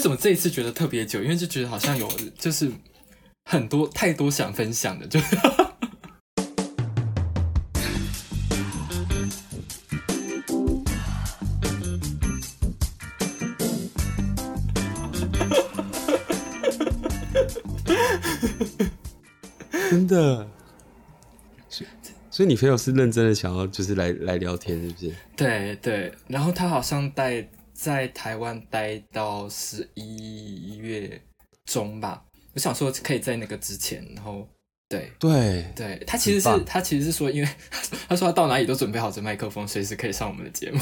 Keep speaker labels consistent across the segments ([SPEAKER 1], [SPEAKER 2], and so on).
[SPEAKER 1] 什么这一次觉得特别久？因为就觉得好像有就是很多太多想分享的，就
[SPEAKER 2] 真的。所以所以你朋友是认真的想要就是来来聊天，是不是？
[SPEAKER 1] 对对。然后他好像待在台湾待到十一月中吧，我想说可以在那个之前，然后对
[SPEAKER 2] 对，
[SPEAKER 1] 对，他其实是
[SPEAKER 2] 很棒
[SPEAKER 1] 他其实是说，因为他说他到哪里都准备好这麦克风，随时可以上我们的 节目。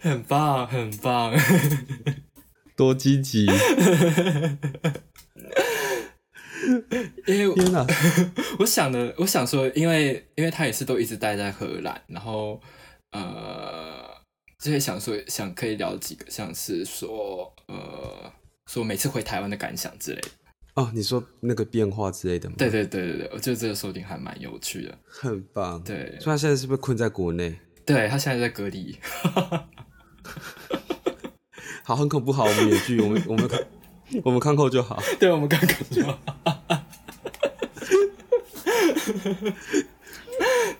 [SPEAKER 1] 很棒，很棒。
[SPEAKER 2] 多积极！
[SPEAKER 1] 因为
[SPEAKER 2] 天哪、
[SPEAKER 1] 我想的，我想说，因为因为他也是都一直待在荷兰，然后呃，就会想说想可以聊几个，像是说呃，说每次回台湾的感想之类的。
[SPEAKER 2] 哦，你说那个变化之类的吗？
[SPEAKER 1] 对，对对对对，我觉得这个说不定还蛮有趣的。
[SPEAKER 2] 很棒。，
[SPEAKER 1] 对
[SPEAKER 2] 所以他现在是不是困在国内？
[SPEAKER 1] 对，他现在在隔离。
[SPEAKER 2] 好，很恐怖。好，我们远 距，我们我们看我们看够就好。
[SPEAKER 1] 对，我们刚刚就，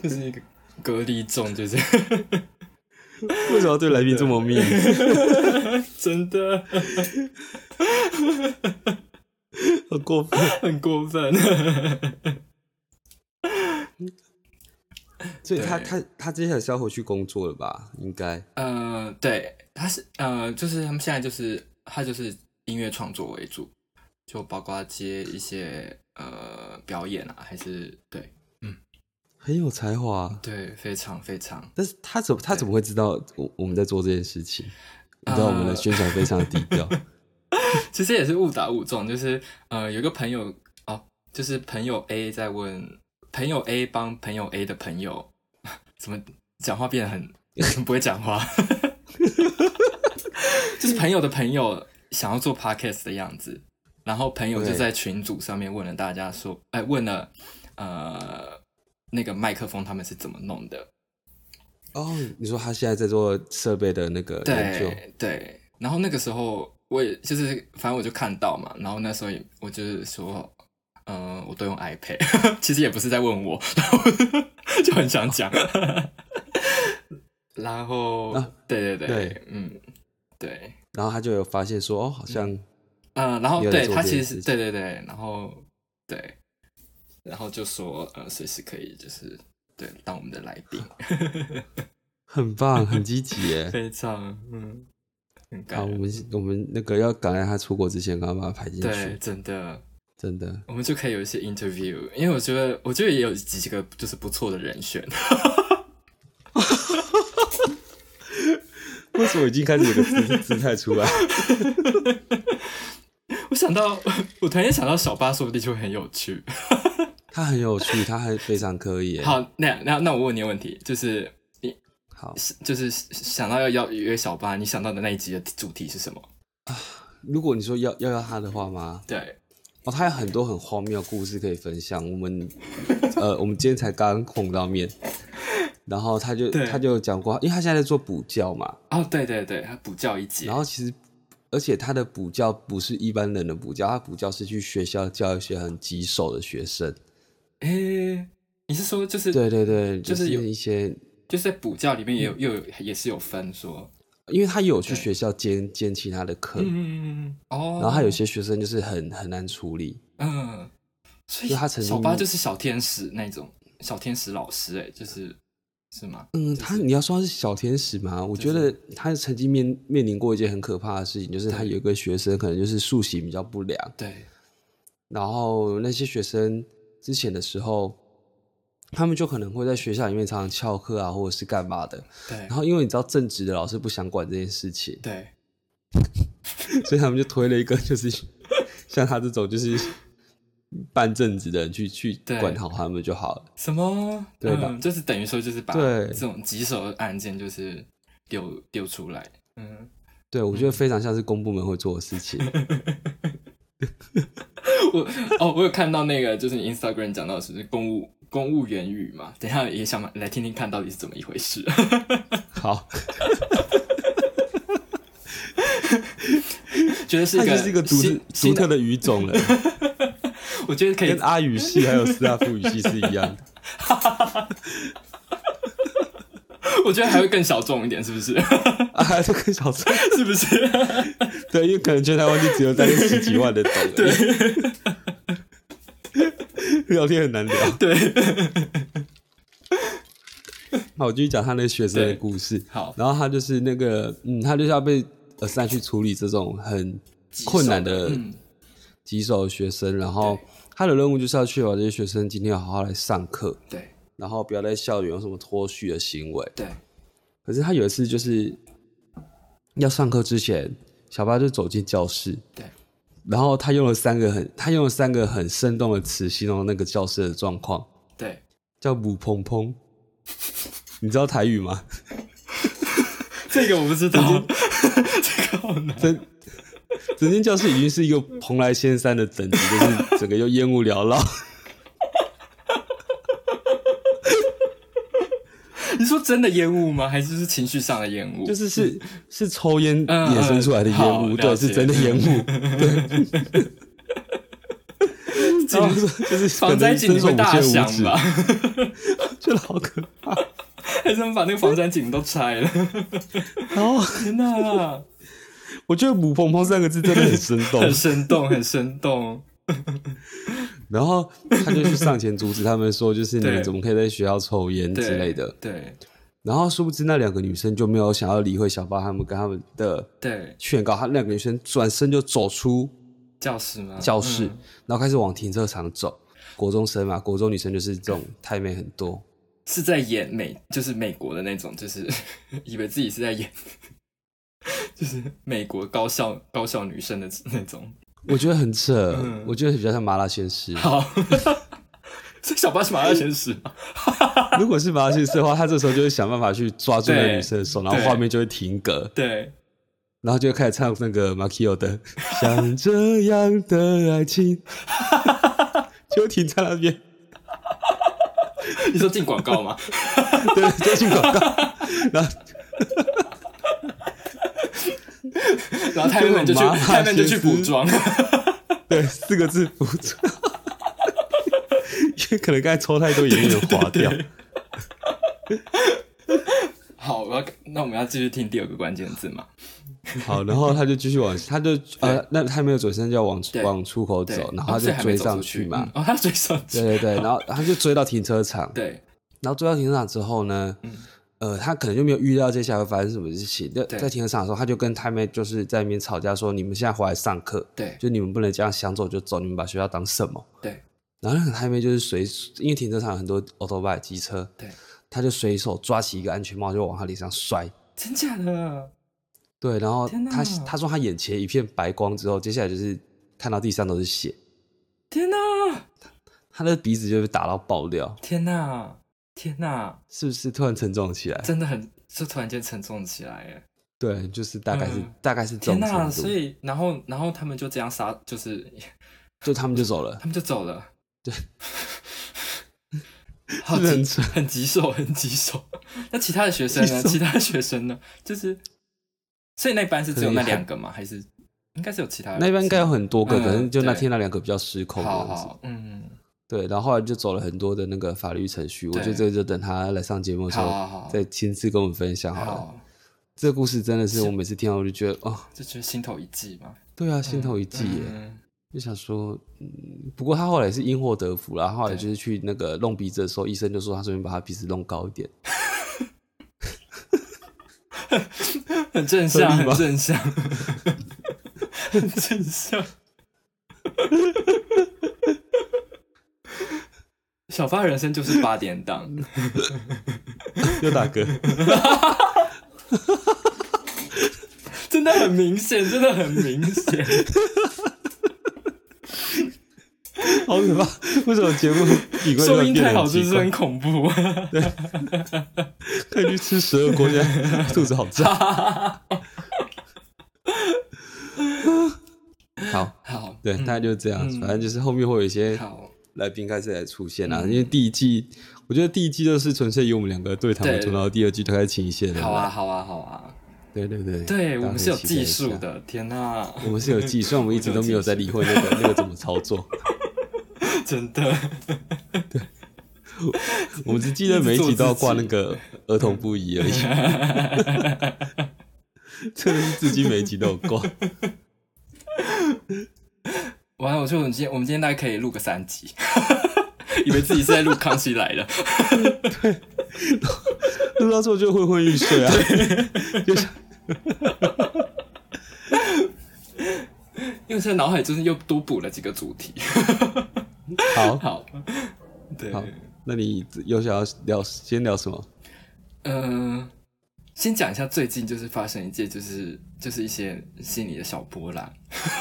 [SPEAKER 1] 就是一个隔离中，就是
[SPEAKER 2] 为什么要对来宾这么密？
[SPEAKER 1] 真的
[SPEAKER 2] 很过分。
[SPEAKER 1] 很过分。
[SPEAKER 2] 所以他
[SPEAKER 1] 对
[SPEAKER 2] 他他接下来是要回去工作了吧？应该。
[SPEAKER 1] 呃，对，他是呃，就是他们现在就是他就是音乐创作为主，就包括接一些呃表演啊，还是对
[SPEAKER 2] 很有才华，
[SPEAKER 1] 对，非常非常。
[SPEAKER 2] 但是他怎么他怎么会知道我我们在做这件事情？你知道我们的宣传非常低调，
[SPEAKER 1] 其实也是误打误撞，就是呃，有一个朋友哦，就是朋友 A 在问朋友 A 帮朋友 A 的朋友， 怎么讲话变得很 很不会讲话，就是朋友的朋友想要做 podcast 的样子，然后朋友就
[SPEAKER 2] 对
[SPEAKER 1] 在群组上面问了大家说，哎、问了呃那个麦克风他们是怎么弄的，
[SPEAKER 2] 哦，你说他现在在做设备的那个研究，
[SPEAKER 1] 对对，然后那个时候我也就是，反正我就看到嘛，然后那时候也我就是说，嗯、我都用 iPad，其实 也不是在问我， 然后就很想讲， 然后、
[SPEAKER 2] 啊
[SPEAKER 1] 对对
[SPEAKER 2] 对
[SPEAKER 1] 嗯，对，
[SPEAKER 2] 然后他就有发现说，哦，好像
[SPEAKER 1] 嗯，然后
[SPEAKER 2] 有人
[SPEAKER 1] 对
[SPEAKER 2] 做
[SPEAKER 1] 他
[SPEAKER 2] 这
[SPEAKER 1] 其
[SPEAKER 2] 件
[SPEAKER 1] 实
[SPEAKER 2] 事
[SPEAKER 1] 对对对，然后对，然后就说呃，随时可以就是对当我们的来宾，
[SPEAKER 2] 很棒，很积 极耶。
[SPEAKER 1] 非常嗯，很感
[SPEAKER 2] 好，我
[SPEAKER 1] 人，
[SPEAKER 2] 们我们那个要赶在他出国之前，赶快把他排进
[SPEAKER 1] 对，
[SPEAKER 2] 去，
[SPEAKER 1] 真的。
[SPEAKER 2] 真 的。
[SPEAKER 1] 我们就可以有一些 interview，因为我觉得，我觉得也有几个就是不错的人选。
[SPEAKER 2] 为什么已经开始有个姿姿态出来？
[SPEAKER 1] 我想到， 我突然间想到小八，说不定就会很有趣。
[SPEAKER 2] 他很有趣，他还非常可以耶。
[SPEAKER 1] 好，那那那我问你个问题，就是你
[SPEAKER 2] 好，
[SPEAKER 1] 就是想到要要约小八，你想到的那一集的主题是什么？
[SPEAKER 2] 如果你说要要要他的话吗？
[SPEAKER 1] 对，
[SPEAKER 2] 哦，他有很多很荒谬的故事可以分享。我们呃，我们今天才刚碰到面， 然后他就
[SPEAKER 1] 对
[SPEAKER 2] 他就讲过，因为他现在在做补教嘛，
[SPEAKER 1] 哦，对对对，他补教一集
[SPEAKER 2] 然，后其实而且他的补教不是一般人的补教，他补教是去学校教一些很棘手的学生。
[SPEAKER 1] 诶，你是说就是
[SPEAKER 2] 对对对，
[SPEAKER 1] 就
[SPEAKER 2] 就是是
[SPEAKER 1] 有
[SPEAKER 2] 一些。
[SPEAKER 1] 就是在补教里面也有又
[SPEAKER 2] 嗯
[SPEAKER 1] 有也是有分说，
[SPEAKER 2] 因为他有去
[SPEAKER 1] 对
[SPEAKER 2] 学校兼兼其他的课，
[SPEAKER 1] 嗯嗯嗯，哦，
[SPEAKER 2] 然后他有些学生就是很很难处理，
[SPEAKER 1] 嗯，所以
[SPEAKER 2] 就他曾经
[SPEAKER 1] 小八就是小天使那种小天使老师、哎，就是是吗？
[SPEAKER 2] 嗯，他你要说他是小天使吗？我
[SPEAKER 1] 就
[SPEAKER 2] 觉
[SPEAKER 1] 是
[SPEAKER 2] 得他曾经面面临过一件很可怕的事情，就是他有一个学生可能就是塑形比较不良，
[SPEAKER 1] 对，
[SPEAKER 2] 然后那些学生之前的时候，他们就可能会在学校里面常常翘课啊，或者是干嘛的。
[SPEAKER 1] 对
[SPEAKER 2] 然，后因为你知道正直的老师不想管这件事情，
[SPEAKER 1] 对，
[SPEAKER 2] 所以他们就推了一个就是 像他这种就是半正直的人去去
[SPEAKER 1] 对
[SPEAKER 2] 管好他们就好了。
[SPEAKER 1] 什么？
[SPEAKER 2] 对吧
[SPEAKER 1] 嗯，就是等于说，就是把
[SPEAKER 2] 对
[SPEAKER 1] 这种棘手的案件，就是丢丢出来。嗯，
[SPEAKER 2] 对，我觉得非常像是公部门会做的 事情。
[SPEAKER 1] 我哦，我有看到那个，就是你 Instagram 讲到的是公务公务员语嘛，等一下也想来听听看到底是怎么一回事。
[SPEAKER 2] 好，
[SPEAKER 1] 觉得是
[SPEAKER 2] 它
[SPEAKER 1] 一
[SPEAKER 2] 就
[SPEAKER 1] 个
[SPEAKER 2] 是一个独
[SPEAKER 1] 新
[SPEAKER 2] 独
[SPEAKER 1] 新
[SPEAKER 2] 特的语种了，
[SPEAKER 1] 我觉得可以
[SPEAKER 2] 跟阿语系还有斯拉夫语系是一样的。
[SPEAKER 1] 我觉得还会更小众一点，是 不是？
[SPEAKER 2] 啊，这个小说，
[SPEAKER 1] 是不是？
[SPEAKER 2] 对，因为可能全台湾就只有大概十几万的懂而已。对，聊天很难聊。
[SPEAKER 1] 对，
[SPEAKER 2] 好，我继续讲他那个学生的
[SPEAKER 1] 对
[SPEAKER 2] 故事。
[SPEAKER 1] 好，
[SPEAKER 2] 然后他就是那个，嗯，他就是要被 assign 去处理这种很困难的
[SPEAKER 1] 嗯，
[SPEAKER 2] 棘手的学生，然后
[SPEAKER 1] 对
[SPEAKER 2] 他的任务就是要确保这些学生今天要好好来上课，
[SPEAKER 1] 对
[SPEAKER 2] 然后不要在校园有什么脱序的行为。
[SPEAKER 1] 对，
[SPEAKER 2] 可是他有一次就是要上课之前，小巴就走进教室，
[SPEAKER 1] 对，
[SPEAKER 2] 然后他用了三个很，他用了三个很生动的词形容那个教室的状况，
[SPEAKER 1] 对，
[SPEAKER 2] 叫“母砰砰”，你知道台语吗？
[SPEAKER 1] 这个我不知道，这个好难。
[SPEAKER 2] 整整间教室已经是一个蓬莱仙山的等级，就是整个又烟雾缭绕。
[SPEAKER 1] 你说真的烟雾吗？还是是情绪上的烟雾？
[SPEAKER 2] 就是是是抽烟
[SPEAKER 1] 嗯
[SPEAKER 2] 衍生出来的
[SPEAKER 1] 嗯好
[SPEAKER 2] 烟
[SPEAKER 1] 了
[SPEAKER 2] 雾，对，
[SPEAKER 1] 解
[SPEAKER 2] 是真的烟雾， 对。然后说哦就是
[SPEAKER 1] 防灾警
[SPEAKER 2] 可能
[SPEAKER 1] 铃会
[SPEAKER 2] 伸
[SPEAKER 1] 大响
[SPEAKER 2] 手不见五指
[SPEAKER 1] 吧？，
[SPEAKER 2] 觉得好可怕。
[SPEAKER 1] 还是他们把那个防灾警铃都拆了？
[SPEAKER 2] 然后
[SPEAKER 1] 天哪，
[SPEAKER 2] 我觉得“母蓬蓬”三个字真的很生动
[SPEAKER 1] 很。生动，很生动。
[SPEAKER 2] 然后他就去上前阻止他们说，就是你
[SPEAKER 1] 对
[SPEAKER 2] 们怎么可以在学校抽烟
[SPEAKER 1] 对
[SPEAKER 2] 之类的。
[SPEAKER 1] 对
[SPEAKER 2] 然后殊不知那两个女生就没有想要理会小巴他们跟他们的
[SPEAKER 1] 对，
[SPEAKER 2] 劝告，他那两个女生转身就走出
[SPEAKER 1] 教室吗？
[SPEAKER 2] 教室，
[SPEAKER 1] 嗯
[SPEAKER 2] 然后开始往停车场走。国中生嘛，国中女生就是这种太妹很多，
[SPEAKER 1] 是在演美，就是美国的那种，就是 以为自己是在演， 就是美国高校高校女生的那种。
[SPEAKER 2] 我觉得很扯，
[SPEAKER 1] 嗯
[SPEAKER 2] 我觉得比较像麻辣鲜师。
[SPEAKER 1] 好，这小巴是麻辣鲜师吗？啊
[SPEAKER 2] 如果是麻辣鲜师的话，他这时候就会想办法去抓住那个女生的手，然后
[SPEAKER 1] 对
[SPEAKER 2] 画面就会停格，
[SPEAKER 1] 对，
[SPEAKER 2] 然后就会开始唱那个 Makio 的《像这样的 爱情》，就停在那边，
[SPEAKER 1] 你说进广告 吗？
[SPEAKER 2] 对，就进广告，然后
[SPEAKER 1] 然后他们就去，
[SPEAKER 2] 这种麻辣
[SPEAKER 1] 他们就去
[SPEAKER 2] 鲜师
[SPEAKER 1] 补妆。
[SPEAKER 2] 对四个字不错，因为可能刚才抽太多，眼睛划掉。
[SPEAKER 1] 好，我要那我们要继续听第二个关键字嘛？
[SPEAKER 2] 好，然后他就继续往，他就呃，那他没有转身就要往
[SPEAKER 1] 对
[SPEAKER 2] 往出口
[SPEAKER 1] 对
[SPEAKER 2] 走，，然
[SPEAKER 1] 哦
[SPEAKER 2] 后
[SPEAKER 1] 所以
[SPEAKER 2] 他
[SPEAKER 1] 还
[SPEAKER 2] 就
[SPEAKER 1] 没
[SPEAKER 2] 追
[SPEAKER 1] 走
[SPEAKER 2] 上
[SPEAKER 1] 出去
[SPEAKER 2] 去嘛。
[SPEAKER 1] 嗯哦，他追上去，
[SPEAKER 2] 对对对，然 后他就追到停车场，
[SPEAKER 1] 对嗯
[SPEAKER 2] 然后追到停车场之后呢，呃，他可能就没有预料接下来会发生什么事情。在
[SPEAKER 1] 对
[SPEAKER 2] 在停车场的时候，他就跟太妹就是在那边吵架说：“你们现在回来上课，
[SPEAKER 1] 对
[SPEAKER 2] 就你们不能这样想走就走，你们把学校当什么
[SPEAKER 1] 对？”
[SPEAKER 2] 然后那个太妹就是随，因为停车场有很多 auto bike 机车，
[SPEAKER 1] 对，
[SPEAKER 2] 他就随手抓起一个安全帽就往他脸上摔。
[SPEAKER 1] 真假的？
[SPEAKER 2] 对，然后
[SPEAKER 1] 天哪
[SPEAKER 2] 他他说他眼前一片白光之后，接下来就是看到地上都是血，
[SPEAKER 1] 天哪！
[SPEAKER 2] 他的鼻子就被打到爆掉，
[SPEAKER 1] 天哪！天哪！
[SPEAKER 2] 是不是突然沉重起来？
[SPEAKER 1] 真的很，就突然间沉重起来耶！
[SPEAKER 2] 对，就是大概是、
[SPEAKER 1] 嗯
[SPEAKER 2] 大概是这
[SPEAKER 1] 天
[SPEAKER 2] 种
[SPEAKER 1] 哪！
[SPEAKER 2] 程
[SPEAKER 1] 所
[SPEAKER 2] 度，
[SPEAKER 1] 以，然后，然后他们就这样杀，就是
[SPEAKER 2] 就他们就走了，
[SPEAKER 1] 他们就走了。对，
[SPEAKER 2] 是
[SPEAKER 1] 好
[SPEAKER 2] 不是
[SPEAKER 1] 棘
[SPEAKER 2] 很扯？
[SPEAKER 1] 很棘手，很棘手。那其他的学生
[SPEAKER 2] 棘
[SPEAKER 1] 呢？
[SPEAKER 2] 手
[SPEAKER 1] 其他的学生呢？就是，所以那班是只有
[SPEAKER 2] 可能
[SPEAKER 1] 那
[SPEAKER 2] 也好
[SPEAKER 1] 两个吗？还是应该是有其他人？
[SPEAKER 2] 那一般应该有很多个，
[SPEAKER 1] 嗯
[SPEAKER 2] 可能就那
[SPEAKER 1] 对
[SPEAKER 2] 天那两个比较失控这
[SPEAKER 1] 好
[SPEAKER 2] 样子。
[SPEAKER 1] 好，嗯，
[SPEAKER 2] 对，然后后来就走了很多的那个法律程序，我
[SPEAKER 1] 对
[SPEAKER 2] 觉得这就等他来上节目的时
[SPEAKER 1] 好
[SPEAKER 2] 候
[SPEAKER 1] 好好，
[SPEAKER 2] 再亲自跟我们分享好了。
[SPEAKER 1] 好，
[SPEAKER 2] 这个故事真的是我每次听到我就觉得哦，
[SPEAKER 1] 就觉得心头一悸嘛。
[SPEAKER 2] 对啊，心头一悸耶。
[SPEAKER 1] 嗯
[SPEAKER 2] 就想说，嗯，不过他后来是因祸得福啦。后来
[SPEAKER 1] 对
[SPEAKER 2] 就是去那个弄鼻子的时候，医生就说他顺便把他鼻子弄高一 点。
[SPEAKER 1] 很正向，
[SPEAKER 2] 合理
[SPEAKER 1] 很
[SPEAKER 2] 吗
[SPEAKER 1] 正向， 很正向。小发人生就是八点档，
[SPEAKER 2] 又打嗝，
[SPEAKER 1] 真的很明显，真的很明 显。
[SPEAKER 2] 好可怕！为什么节目奇怪
[SPEAKER 1] 收音太好，
[SPEAKER 2] 就
[SPEAKER 1] 就是很恐怖。
[SPEAKER 2] 可以去吃十二锅，现在肚子好 胀。好，
[SPEAKER 1] 好，
[SPEAKER 2] 对，大概就是这样。
[SPEAKER 1] 嗯
[SPEAKER 2] 反正就是后面会有一些
[SPEAKER 1] 好，嗯
[SPEAKER 2] 来宾开始来出现啦、因为第一季，我觉得第一季就是纯粹以我们两个对谈为主，
[SPEAKER 1] 对
[SPEAKER 2] 然后第二季大概请一些人。
[SPEAKER 1] 好啊，，好啊，好啊，
[SPEAKER 2] 对对对，
[SPEAKER 1] 对我们是有
[SPEAKER 2] 大家可
[SPEAKER 1] 技
[SPEAKER 2] 以期待一
[SPEAKER 1] 术
[SPEAKER 2] 下，
[SPEAKER 1] 的，天哪、
[SPEAKER 2] 我们是有技术，虽然我们一直都没有在理会那 个那个怎么操作，
[SPEAKER 1] 真的，
[SPEAKER 2] 我们只记得每一集都要挂那个儿童不宜 而已，真的是至今每一集都有 挂。
[SPEAKER 1] 完了，我说我们今天我们今天大概可以录个三集， 以为自己是在录《康熙来了》，
[SPEAKER 2] 录到最后就昏昏欲睡啊，就像
[SPEAKER 1] 因为现在脑海就是又多补了几个主题。
[SPEAKER 2] 好
[SPEAKER 1] 好，对，
[SPEAKER 2] 好
[SPEAKER 1] 嗯、，
[SPEAKER 2] 那你有想要聊先聊什么？
[SPEAKER 1] 呃先讲一下最近就是发生一件就是就是一些心理的小波澜，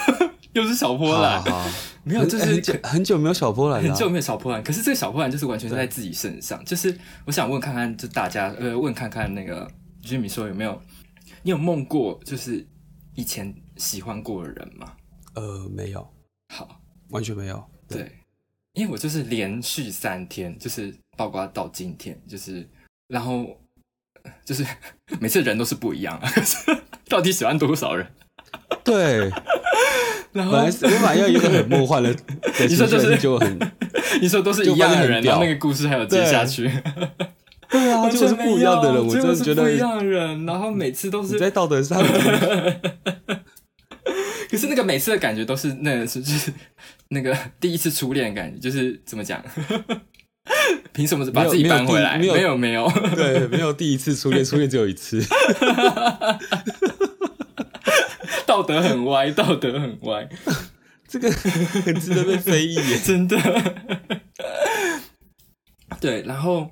[SPEAKER 1] 又是小波澜，
[SPEAKER 2] 好 哎好好
[SPEAKER 1] 没有，就是
[SPEAKER 2] 很久很久没有小波兰了、
[SPEAKER 1] 很久没有小波澜，可是这个小波澜就是完全是在自己身上。就是我想问看看，就大家呃，问看看那个 Jimmy 说有没有，你有梦过就是以前喜欢过的人吗？
[SPEAKER 2] 呃，没有，
[SPEAKER 1] 好，
[SPEAKER 2] 完全没有。
[SPEAKER 1] 对，因为我就是连续三天，就是包括到今天，就是然后呃就是 每次人都是不一样，可是 到底喜欢多少人？
[SPEAKER 2] 对，
[SPEAKER 1] 然
[SPEAKER 2] 本
[SPEAKER 1] 后
[SPEAKER 2] 来是我本来要一个很梦 幻的，
[SPEAKER 1] 你说就是
[SPEAKER 2] 就很
[SPEAKER 1] 你说都是一样的人，
[SPEAKER 2] 就发现很
[SPEAKER 1] 然后
[SPEAKER 2] 屌
[SPEAKER 1] 那个故事还有接下去。
[SPEAKER 2] 对啊，
[SPEAKER 1] 完
[SPEAKER 2] 就
[SPEAKER 1] 全
[SPEAKER 2] 是不一样的人，
[SPEAKER 1] 没
[SPEAKER 2] 我
[SPEAKER 1] 有
[SPEAKER 2] 真的觉
[SPEAKER 1] 结果是不一
[SPEAKER 2] 得
[SPEAKER 1] 样的人，然后每次都
[SPEAKER 2] 你
[SPEAKER 1] 是
[SPEAKER 2] 在道德 上，
[SPEAKER 1] 可是那个每次的感觉都是那个是就是那个第一次初恋的感觉，就是怎么讲？ 凭什么把自己搬回来？
[SPEAKER 2] 没有
[SPEAKER 1] 没
[SPEAKER 2] 没
[SPEAKER 1] 有没有，
[SPEAKER 2] 对，没有第一次初恋，初恋只有一次，
[SPEAKER 1] 道德很歪， 道德很歪，
[SPEAKER 2] 这个很值得被非议耶。
[SPEAKER 1] 真的。对，然后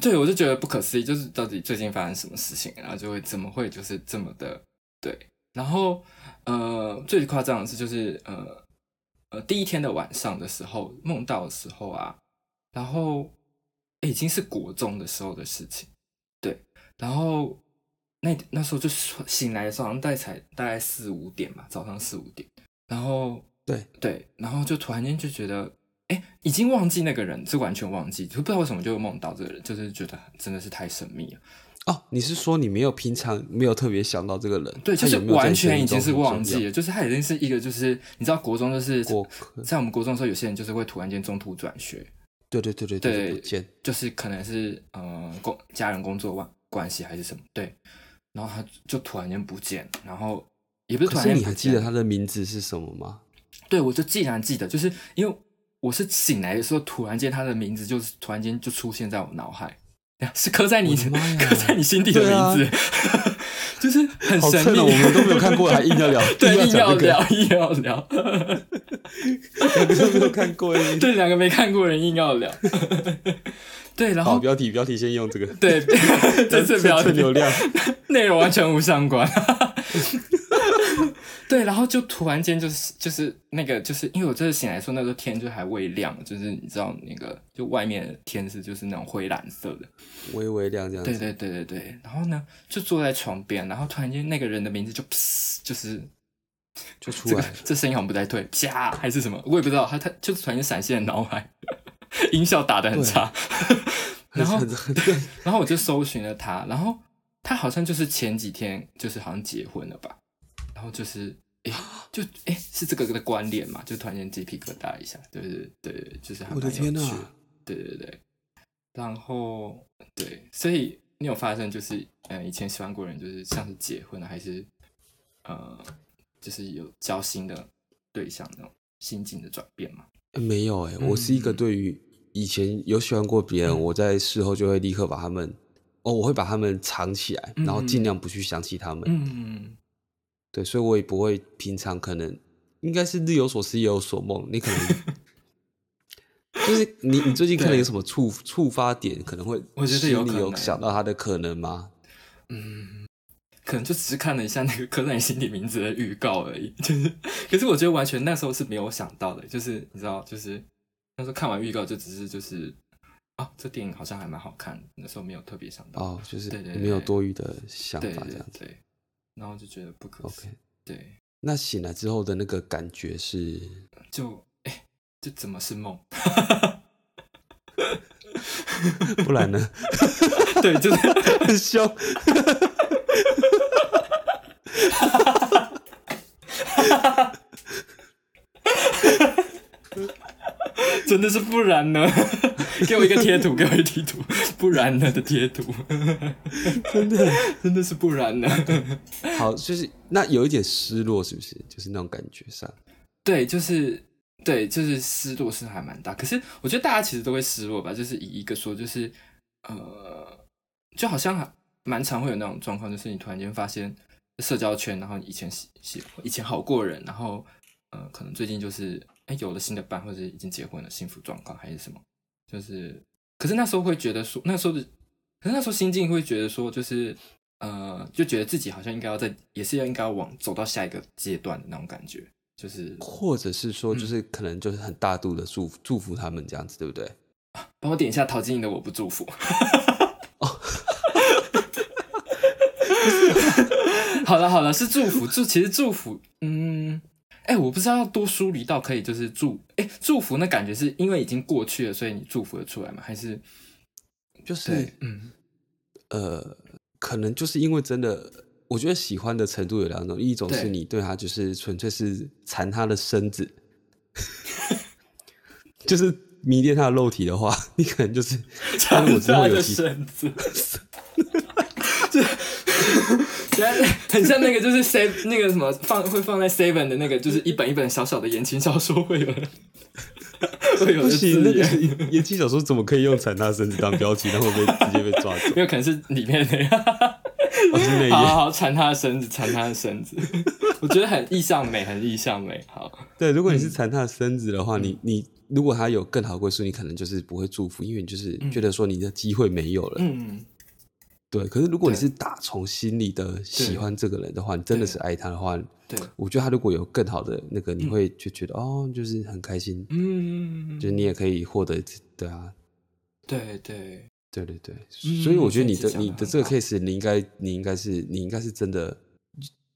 [SPEAKER 1] 对我就觉得不可思议，就是到底最近发生什么事情，然后就会怎么会就是这么的对。然后呃，最夸张的是就是呃呃第一天的晚上的时候，梦到的时候啊，然后诶已经是国中的时候的事情，对，然后那那时候就是醒来的时候，好像大概才大概四五点吧，早上四五点，然后
[SPEAKER 2] 对
[SPEAKER 1] 对，然后就突然间就觉得，哎，已经忘记那个人，是完全忘记，就不知道为什么就梦到这个人，就是觉得真的是太神秘了，
[SPEAKER 2] 哦，你是说你没有平常没有特别想到这个人？
[SPEAKER 1] 对，就
[SPEAKER 2] 他
[SPEAKER 1] 是
[SPEAKER 2] 有没有在
[SPEAKER 1] 完
[SPEAKER 2] 你生
[SPEAKER 1] 全已
[SPEAKER 2] 命
[SPEAKER 1] 经
[SPEAKER 2] 中
[SPEAKER 1] 是
[SPEAKER 2] 很
[SPEAKER 1] 忘
[SPEAKER 2] 重
[SPEAKER 1] 记
[SPEAKER 2] 要。
[SPEAKER 1] 了，就是他已经是一个就是你知道国中就是
[SPEAKER 2] 过
[SPEAKER 1] 在我们国中的时候，有些人就是会突然间中途转学，
[SPEAKER 2] 对对对对
[SPEAKER 1] 对
[SPEAKER 2] 不见
[SPEAKER 1] 就是可能是呃工家人工作关关系还是什么，对，然后他就突然间不见，然后也不是突
[SPEAKER 2] 可
[SPEAKER 1] 然
[SPEAKER 2] 是
[SPEAKER 1] 间
[SPEAKER 2] 你
[SPEAKER 1] 不
[SPEAKER 2] 还记
[SPEAKER 1] 见
[SPEAKER 2] 得他的名字是什么吗？
[SPEAKER 1] 对，我就既然记得，就是因为我是醒来的时候，突然间他的名字就是突然间就出现在我脑海， 是刻在你
[SPEAKER 2] 我的妈 呀啊
[SPEAKER 1] 刻在你心底的名字， 就是很
[SPEAKER 2] 好
[SPEAKER 1] 神
[SPEAKER 2] 趁
[SPEAKER 1] 秘。
[SPEAKER 2] 了，我们都没有看过，还硬要聊，
[SPEAKER 1] 对，硬
[SPEAKER 2] 讲
[SPEAKER 1] 要
[SPEAKER 2] 这个，
[SPEAKER 1] 聊，硬要聊，
[SPEAKER 2] 两个 都没有看过。硬
[SPEAKER 1] 对，两个没看过的人硬要聊， 对，然
[SPEAKER 2] 好，
[SPEAKER 1] 后
[SPEAKER 2] 标题标题先用这个，
[SPEAKER 1] 对， 这次不 要
[SPEAKER 2] 蹭 流量。
[SPEAKER 1] 内容完全无相关。 对，然后就突然间就是就是那个就是因为我这次醒来的时候，那时候天就还未亮，就是你知道那个就外面的天是就是那种灰蓝色的，
[SPEAKER 2] 微微亮这样
[SPEAKER 1] 对
[SPEAKER 2] 子，
[SPEAKER 1] 对对对对。然后呢，就坐在床边，然后突然间那个人的名字就噗，就是
[SPEAKER 2] 就出
[SPEAKER 1] 这个
[SPEAKER 2] 来了。
[SPEAKER 1] 这声音好像不太对，啪还是什么，我也不知道，他他就是突然间闪现脑海， 音效打得很差。然 后
[SPEAKER 2] 很很对，
[SPEAKER 1] 然后我就搜寻了他，然后他好像就是前几天就是好像结婚了吧，然后就是诶，就诶，是这个的关联嘛，就突然间鸡皮疙瘩一下，对对对对，就是 还
[SPEAKER 2] 我的
[SPEAKER 1] 蛮有
[SPEAKER 2] 天哪
[SPEAKER 1] 趣的对对对，然后对，所以你有发现就是嗯、呃以前喜欢过的人就是像是结婚了还是呃，就是有交新的对象那种心境的转变嘛？
[SPEAKER 2] 呃没有哎、我是一个
[SPEAKER 1] 嗯
[SPEAKER 2] 对于以前有喜欢过别人，我在事后就会立刻把他们，哦，我会把他们藏起来，然后尽量不去想起他们。
[SPEAKER 1] 嗯，
[SPEAKER 2] 对，所以我也不会平常可能应该是日有所思夜有所梦，你 可能就是你你最近可能有什么触触发点，可能会
[SPEAKER 1] 我觉得
[SPEAKER 2] 心
[SPEAKER 1] 有
[SPEAKER 2] 里
[SPEAKER 1] 可
[SPEAKER 2] 有
[SPEAKER 1] 能
[SPEAKER 2] 想到他的可能吗？
[SPEAKER 1] 嗯可能就只是看了一下那个刻在你心里名字的预告而已， 就是，可是我觉得完全那时候是没有想到的，就是你知道，就是那时候看完预告就只是就是啊，这电影好像还蛮好看的，那时候没有特别想到，
[SPEAKER 2] 哦，就是
[SPEAKER 1] 对对
[SPEAKER 2] 没有
[SPEAKER 1] 对
[SPEAKER 2] 多余的想
[SPEAKER 1] 对
[SPEAKER 2] 法
[SPEAKER 1] 对
[SPEAKER 2] 这样子。
[SPEAKER 1] 对，然后就觉得不可
[SPEAKER 2] OK，
[SPEAKER 1] 思议，对，
[SPEAKER 2] 那醒来之后的那个感觉是
[SPEAKER 1] 就哎、这怎么是梦？
[SPEAKER 2] 不然呢？
[SPEAKER 1] 对，就是
[SPEAKER 2] 很凶。
[SPEAKER 1] 真的是不然呢？ 给我一个贴图，给我一个贴图，不然呢的贴图，
[SPEAKER 2] 真的。
[SPEAKER 1] 真的是不然呢。
[SPEAKER 2] 好，就是那有一点失落，是不是？就是那种感觉上，
[SPEAKER 1] 对，就是对，就是失落是还蛮大。可是我觉得大家其实都会失落吧，就是以一个说，就是呃，就好像还蛮常会有那种状况，就是你突然间发现社交圈，然后你以前喜喜以前好过人，然后呃，可能最近就是哎有了新的伴，或者已经结婚了，幸福状况还是什么，就是可是那时候会觉得说，那时候的，可是那时候心境会觉得说，就是。呃，就觉得自己好像应该要在，也是要应该要往走到下一个阶段的那种感觉，就是
[SPEAKER 2] 或者是说，就是可能就是很大度的祝福祝福他们这样子，对不对？
[SPEAKER 1] 帮我点一下陶晶莹的《我不祝福》。
[SPEAKER 2] 哦
[SPEAKER 1] 好了好了，是祝福，祝其实祝福，嗯，哎、我不知道要多梳理到可以就是祝，哎、祝福那感觉是因为已经过去了，所以你祝福的出来吗？还是
[SPEAKER 2] 就是
[SPEAKER 1] 嗯，
[SPEAKER 2] 呃，可能就是因为真的，我觉得喜欢的程度有两种，一种是
[SPEAKER 1] 对
[SPEAKER 2] 你对他就是纯粹是缠他的身 子，就是迷恋他的肉体的话，你可能就是但是我之后有
[SPEAKER 1] 的
[SPEAKER 2] 机
[SPEAKER 1] 绳子， 这等一下很像那个就是 save 那个什么放会放在 seven 的那个，就是一本一本小小的言情小说会有 的，会有
[SPEAKER 2] 不
[SPEAKER 1] 的
[SPEAKER 2] 行，
[SPEAKER 1] 字
[SPEAKER 2] 那个
[SPEAKER 1] 眼。
[SPEAKER 2] 是言言情小说怎么可以用缠他的身子当标题，然后被直接被抓走？
[SPEAKER 1] 没有，可能是里面的。
[SPEAKER 2] 哦，是 那一
[SPEAKER 1] 好好
[SPEAKER 2] 页。
[SPEAKER 1] 好，缠他的绳子，缠他的绳子， 我觉得很意象美，很意象美。好，
[SPEAKER 2] 对，如果你
[SPEAKER 1] 嗯
[SPEAKER 2] 是缠他的身子的话，你你如果他有更好的归宿，你可能就是不会祝福，因为你就是觉得说你的机会没有了。
[SPEAKER 1] 嗯，
[SPEAKER 2] 对，可是如果你
[SPEAKER 1] 对
[SPEAKER 2] 是打从心里的喜欢这个人的话，你真的是爱他的话，
[SPEAKER 1] 对，
[SPEAKER 2] 我觉得他如果有更好的那个，你会就觉得、哦，就是很开心，
[SPEAKER 1] 嗯，
[SPEAKER 2] 就是你也可以获得，对啊，
[SPEAKER 1] 对对，
[SPEAKER 2] 对对对，
[SPEAKER 1] 嗯
[SPEAKER 2] 所以我觉得你
[SPEAKER 1] 这
[SPEAKER 2] 的
[SPEAKER 1] 次讲得
[SPEAKER 2] 你的
[SPEAKER 1] 很
[SPEAKER 2] 这个
[SPEAKER 1] 好
[SPEAKER 2] case，你应该你应该是你应该是真的，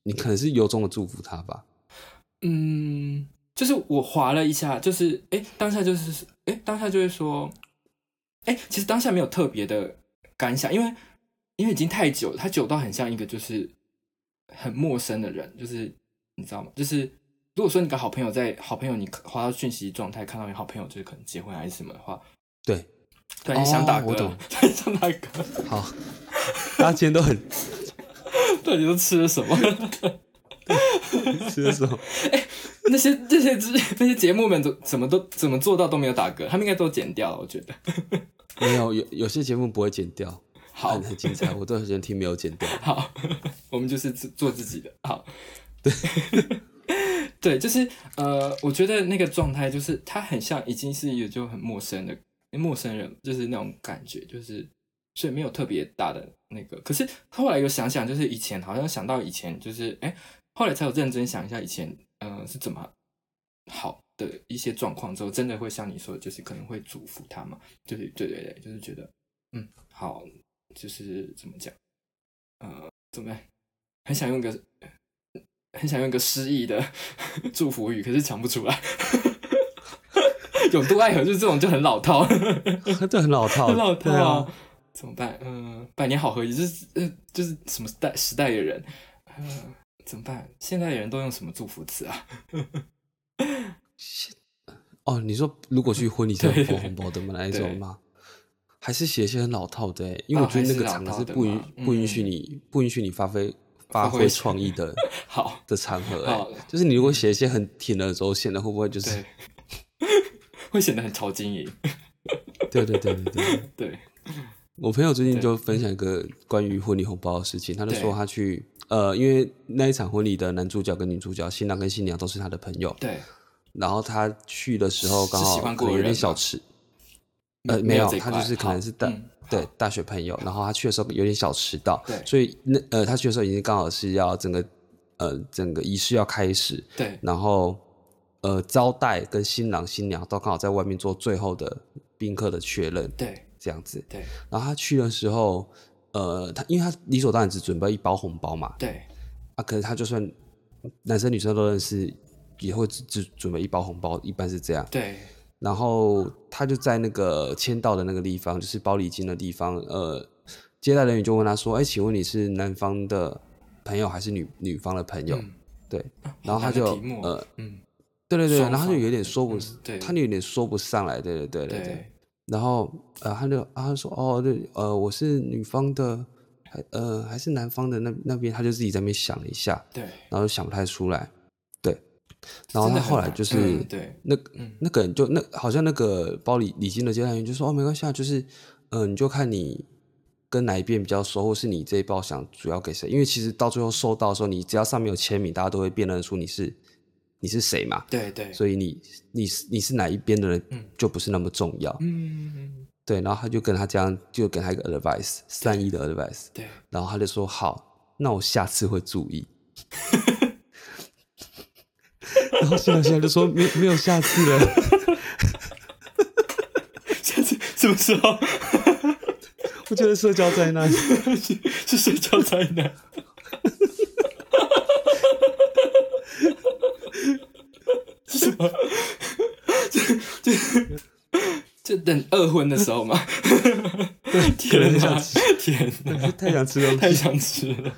[SPEAKER 2] 你可能是由衷的祝福他吧。
[SPEAKER 1] 嗯，就是我划了一下，就是哎，诶当下就是哎，诶当下就会说，哎，其实当下没有特别的感想，因为因为已经太久了，他久到很像一个就是很陌生的人，就是你知道吗？就是如果说你跟好朋友在好朋友你划到讯息状态，看到你好朋友就是可能结婚还是什么的话，
[SPEAKER 2] 对，
[SPEAKER 1] 突然间想打
[SPEAKER 2] 哦我
[SPEAKER 1] 嗝
[SPEAKER 2] 懂
[SPEAKER 1] 了， 突然间想打嗝。
[SPEAKER 2] 好， 大家今天都很
[SPEAKER 1] 到底都吃了什么？
[SPEAKER 2] 吃的时候，
[SPEAKER 1] 那些这些之那些节目们怎怎么都怎么做到都没有打嗝？他们应该都剪掉了，我觉得。
[SPEAKER 2] 没有有有些节目不会剪掉，
[SPEAKER 1] 好
[SPEAKER 2] 很很精彩，我都很喜欢听没有剪 掉。
[SPEAKER 1] 好，我们就是自做自己的。好，对 对，就是呃，我觉得那个状态就是他很像已经是一个就很陌生的陌生人，就是那种感觉，就是所以没有特别大的那个。可是后来有想想，就是以前好像想到以前就是哎，后来才有认真想一下以前呃是怎么好的一些状况之后，真的会像你说的，就是可能会嘱咐他嘛，就是对对对，就是觉得嗯好，就是怎么讲。怎么样？很想用个很想用个诗意的 祝福语，可是讲不出来。 有多爱河就是这种就很老套， 很
[SPEAKER 2] 对，很老套，
[SPEAKER 1] 老套
[SPEAKER 2] 对啊。
[SPEAKER 1] 怎么办？嗯、百年好合也就是呃就是什么时代时代的人，呃，怎么办？现代的人都用什么祝福词啊？
[SPEAKER 2] 哦，你说如果去婚礼上
[SPEAKER 1] 对
[SPEAKER 2] 包红包的吗？哪一种
[SPEAKER 1] 对
[SPEAKER 2] 吗？还是写一些很老套的欸，因为我
[SPEAKER 1] 啊
[SPEAKER 2] 觉
[SPEAKER 1] 还
[SPEAKER 2] 得那
[SPEAKER 1] 是
[SPEAKER 2] 个
[SPEAKER 1] 老
[SPEAKER 2] 场合
[SPEAKER 1] 套
[SPEAKER 2] 是
[SPEAKER 1] 的
[SPEAKER 2] 不允
[SPEAKER 1] 嘛
[SPEAKER 2] 不允许
[SPEAKER 1] 嗯
[SPEAKER 2] 你不允许你发挥发
[SPEAKER 1] 发挥
[SPEAKER 2] 挥创意 的
[SPEAKER 1] 好，
[SPEAKER 2] 的场合，哎
[SPEAKER 1] 好，
[SPEAKER 2] 就是你如果写一些很铤而走险的，会不会就是
[SPEAKER 1] 对， 会显得很潮经营。
[SPEAKER 2] 对对对对对。
[SPEAKER 1] 对，
[SPEAKER 2] 我朋友最近就分享一个关于婚礼红包的事情，他就
[SPEAKER 1] 对
[SPEAKER 2] 说他去呃，因为那一场婚礼的男主角跟女主角，新郎跟新娘都是他的朋友，
[SPEAKER 1] 对，
[SPEAKER 2] 然后他去的时候
[SPEAKER 1] 是
[SPEAKER 2] 刚
[SPEAKER 1] 喜
[SPEAKER 2] 好
[SPEAKER 1] 欢
[SPEAKER 2] 可
[SPEAKER 1] 过
[SPEAKER 2] 能
[SPEAKER 1] 的
[SPEAKER 2] 有点
[SPEAKER 1] 人
[SPEAKER 2] 小
[SPEAKER 1] 吗
[SPEAKER 2] 迟，呃，
[SPEAKER 1] 没
[SPEAKER 2] 没有，
[SPEAKER 1] 这一
[SPEAKER 2] 他就
[SPEAKER 1] 块
[SPEAKER 2] 是可
[SPEAKER 1] 好
[SPEAKER 2] 能是大、
[SPEAKER 1] 嗯
[SPEAKER 2] 对大学朋友，然后他去的时候有点小迟到，
[SPEAKER 1] 对
[SPEAKER 2] 所以那呃，他去的时候已经刚好是要整个呃整个仪式要开始，
[SPEAKER 1] 对，
[SPEAKER 2] 然后呃招待跟新郎新娘都刚好在外面做最后的宾客的确认，
[SPEAKER 1] 对，
[SPEAKER 2] 这样子。
[SPEAKER 1] 对，
[SPEAKER 2] 然后他去的时候，呃，他因为他理所当然只准备一包红包嘛，
[SPEAKER 1] 对，
[SPEAKER 2] 啊，可是他就算男生女生都认识，也会只只准备一包红包，一般是这样。
[SPEAKER 1] 对，
[SPEAKER 2] 然后他就在那个签到的那个地方，就是包礼金的地方，呃，接待人员就问他说：“哎、请问你是男方的朋友还是女女方的朋友？”
[SPEAKER 1] 嗯
[SPEAKER 2] 对，
[SPEAKER 1] 啊
[SPEAKER 2] 然后他
[SPEAKER 1] 好难的
[SPEAKER 2] 就
[SPEAKER 1] 题目哦
[SPEAKER 2] 呃，
[SPEAKER 1] 嗯，
[SPEAKER 2] 对对对，
[SPEAKER 1] 双
[SPEAKER 2] 然后他就
[SPEAKER 1] 方嗯
[SPEAKER 2] 有点说不，
[SPEAKER 1] 对
[SPEAKER 2] 他就有点说不上来，对对对对对。
[SPEAKER 1] 对，
[SPEAKER 2] 然后呃，他就啊他就说哦，对，呃，我是女方的，还呃还是男方的那那边，他就自己在那边想了一下，
[SPEAKER 1] 对，
[SPEAKER 2] 然后想不太出来，对。然后
[SPEAKER 1] 真
[SPEAKER 2] 他
[SPEAKER 1] 的很
[SPEAKER 2] 后来
[SPEAKER 1] 难
[SPEAKER 2] 就是、
[SPEAKER 1] 嗯对，
[SPEAKER 2] 那个那个人就那好像那个包礼礼金的接待员就说哦没关系啊，就是呃你就看你跟哪一边比较熟，或是你这一包想主要给谁，因为其实到最后收到的时候，你只要上面有签名，大家都会辨认出你是你是谁嘛，
[SPEAKER 1] 对对，
[SPEAKER 2] 所以你你是你是哪一边的人
[SPEAKER 1] 嗯
[SPEAKER 2] 就不是那么重要。
[SPEAKER 1] 嗯，
[SPEAKER 2] 对，然后他就跟他这样，就给他一个 advice，善意的 advice，
[SPEAKER 1] 对，
[SPEAKER 2] 然后他就说好，那我下次会注意。然后现在现在就说没没有下次了。
[SPEAKER 1] 下次什么时候
[SPEAKER 2] 我觉得社交灾 难，
[SPEAKER 1] 是是社交灾难？是什么？就就就等二婚的时候嘛。天哪！天哪！
[SPEAKER 2] 太想吃东
[SPEAKER 1] 太
[SPEAKER 2] 西。
[SPEAKER 1] 想吃了，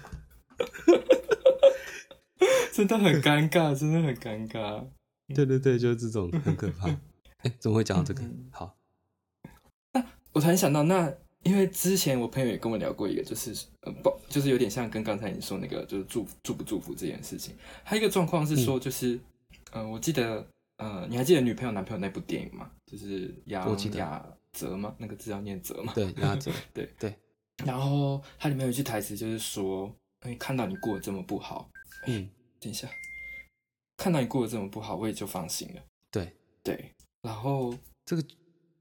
[SPEAKER 1] 真的很尴尬，真的很尴尬。
[SPEAKER 2] 对对对，就是这种很可 怕。哎，怎么会讲到这
[SPEAKER 1] 嗯
[SPEAKER 2] 个？好，
[SPEAKER 1] 我突然想到，那因为之前我朋友也跟我聊过一个，就是呃不，就是有点像跟刚才你说那个，就是祝祝不祝福这件事情。还有一个状况是说，就是、呃，我记得呃，你还记得女朋友男朋友那部电影吗？就是杨
[SPEAKER 2] 我记得
[SPEAKER 1] 雅哲吗？那个字要念哲吗？
[SPEAKER 2] 对，压着，
[SPEAKER 1] 然后它里面有一句台词就是说，哎看到你过得这么不好，
[SPEAKER 2] 嗯，
[SPEAKER 1] 等一下，看到你过得这么不好，我也就放心了。
[SPEAKER 2] 对
[SPEAKER 1] 对，然后
[SPEAKER 2] 这个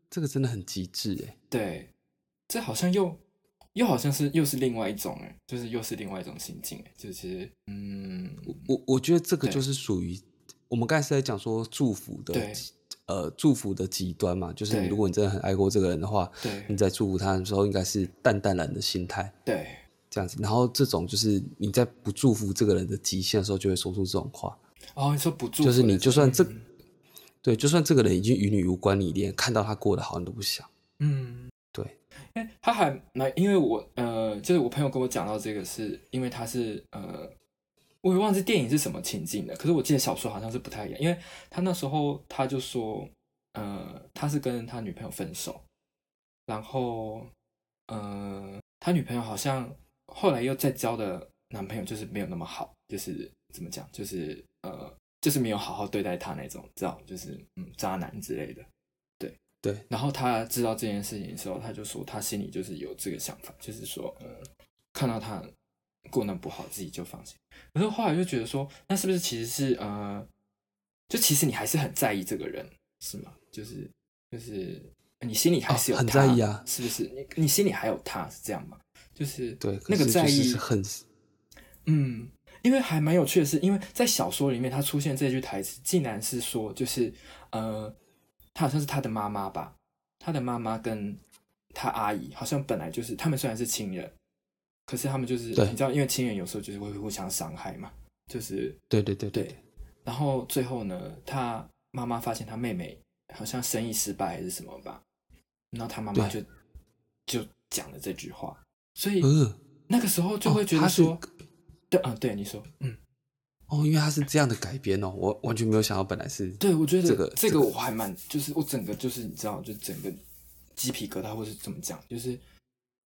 [SPEAKER 2] 这个真的很极致哎。
[SPEAKER 1] 对，这好像又又好像是又是另外一种哎，就是又是另外一种心境哎，就是嗯，
[SPEAKER 2] 我我觉得这个
[SPEAKER 1] 对
[SPEAKER 2] 就是属于我们刚才是在讲说祝福的
[SPEAKER 1] 对
[SPEAKER 2] 极，呃，祝福的极端嘛，就是你
[SPEAKER 1] 对
[SPEAKER 2] 如果你真的很爱过这个人的话，
[SPEAKER 1] 对
[SPEAKER 2] 你在祝福他的时候应该是淡淡然的心态
[SPEAKER 1] 对
[SPEAKER 2] 这样子。然后这种就是你在不祝福这个人的极限的时候，就会说出这种话。
[SPEAKER 1] 哦，你说不住，
[SPEAKER 2] 就是你就算这
[SPEAKER 1] 嗯
[SPEAKER 2] 对，就算这个人已经与你无关，你连看到他过得好你都不想。
[SPEAKER 1] 嗯，
[SPEAKER 2] 对，
[SPEAKER 1] 因为他还蛮，因为我呃，就是我朋友跟我讲到这个是因为他是呃，我也忘记电影是什么情境了，可是我记得小说好像是不太一样，因为他那时候他就说，呃，他是跟他女朋友分手，然后呃，他女朋友好像后来又再交的男朋友就是没有那么好，就是怎么讲，就是呃，就是没有好好对待他那种，知道，就是嗯，渣男之类的。
[SPEAKER 2] 对，
[SPEAKER 1] 然后他知道这件事情的时候，他就说他心里就是有这个想法，就是说，嗯，看到他过得不好，自己就放心。可是后来就觉得说，那是不是其实是呃，就其实你还是很在意这个人，是吗？就是就是你心里还是有
[SPEAKER 2] 哦很
[SPEAKER 1] 他、
[SPEAKER 2] 在意啊
[SPEAKER 1] 是不是？你你心里还有他是这样吗？就是
[SPEAKER 2] 对，
[SPEAKER 1] 那个
[SPEAKER 2] 可是
[SPEAKER 1] 在
[SPEAKER 2] 就是
[SPEAKER 1] 意
[SPEAKER 2] 是很
[SPEAKER 1] 嗯，因为还蛮有趣的是，因为在小说里面，他出现这句台词，竟然是说，就是呃，他好像是他的妈妈吧，他的妈妈跟他阿姨好像本来就是他们虽然是亲人，可是他们就是
[SPEAKER 2] 对
[SPEAKER 1] 你知道，因为亲人有时候就是会互相伤害嘛，就是
[SPEAKER 2] 对对对
[SPEAKER 1] 对。然后最后呢，他妈妈发现他妹妹好像生意失败还是什么吧，然后他妈妈就
[SPEAKER 2] 对
[SPEAKER 1] 就讲了这句话，所以
[SPEAKER 2] 嗯，
[SPEAKER 1] 那个时候就
[SPEAKER 2] 哦
[SPEAKER 1] 会觉得
[SPEAKER 2] 他是
[SPEAKER 1] 说，对啊，对你说，嗯。
[SPEAKER 2] 哦，因为它是这样的改编哦，我完全没有想到本来是
[SPEAKER 1] 对，我觉得
[SPEAKER 2] 这个
[SPEAKER 1] 这
[SPEAKER 2] 这
[SPEAKER 1] 个
[SPEAKER 2] 个
[SPEAKER 1] 我还蛮，就是我整个就是你知道，就整个鸡皮疙瘩，或是怎么讲，就是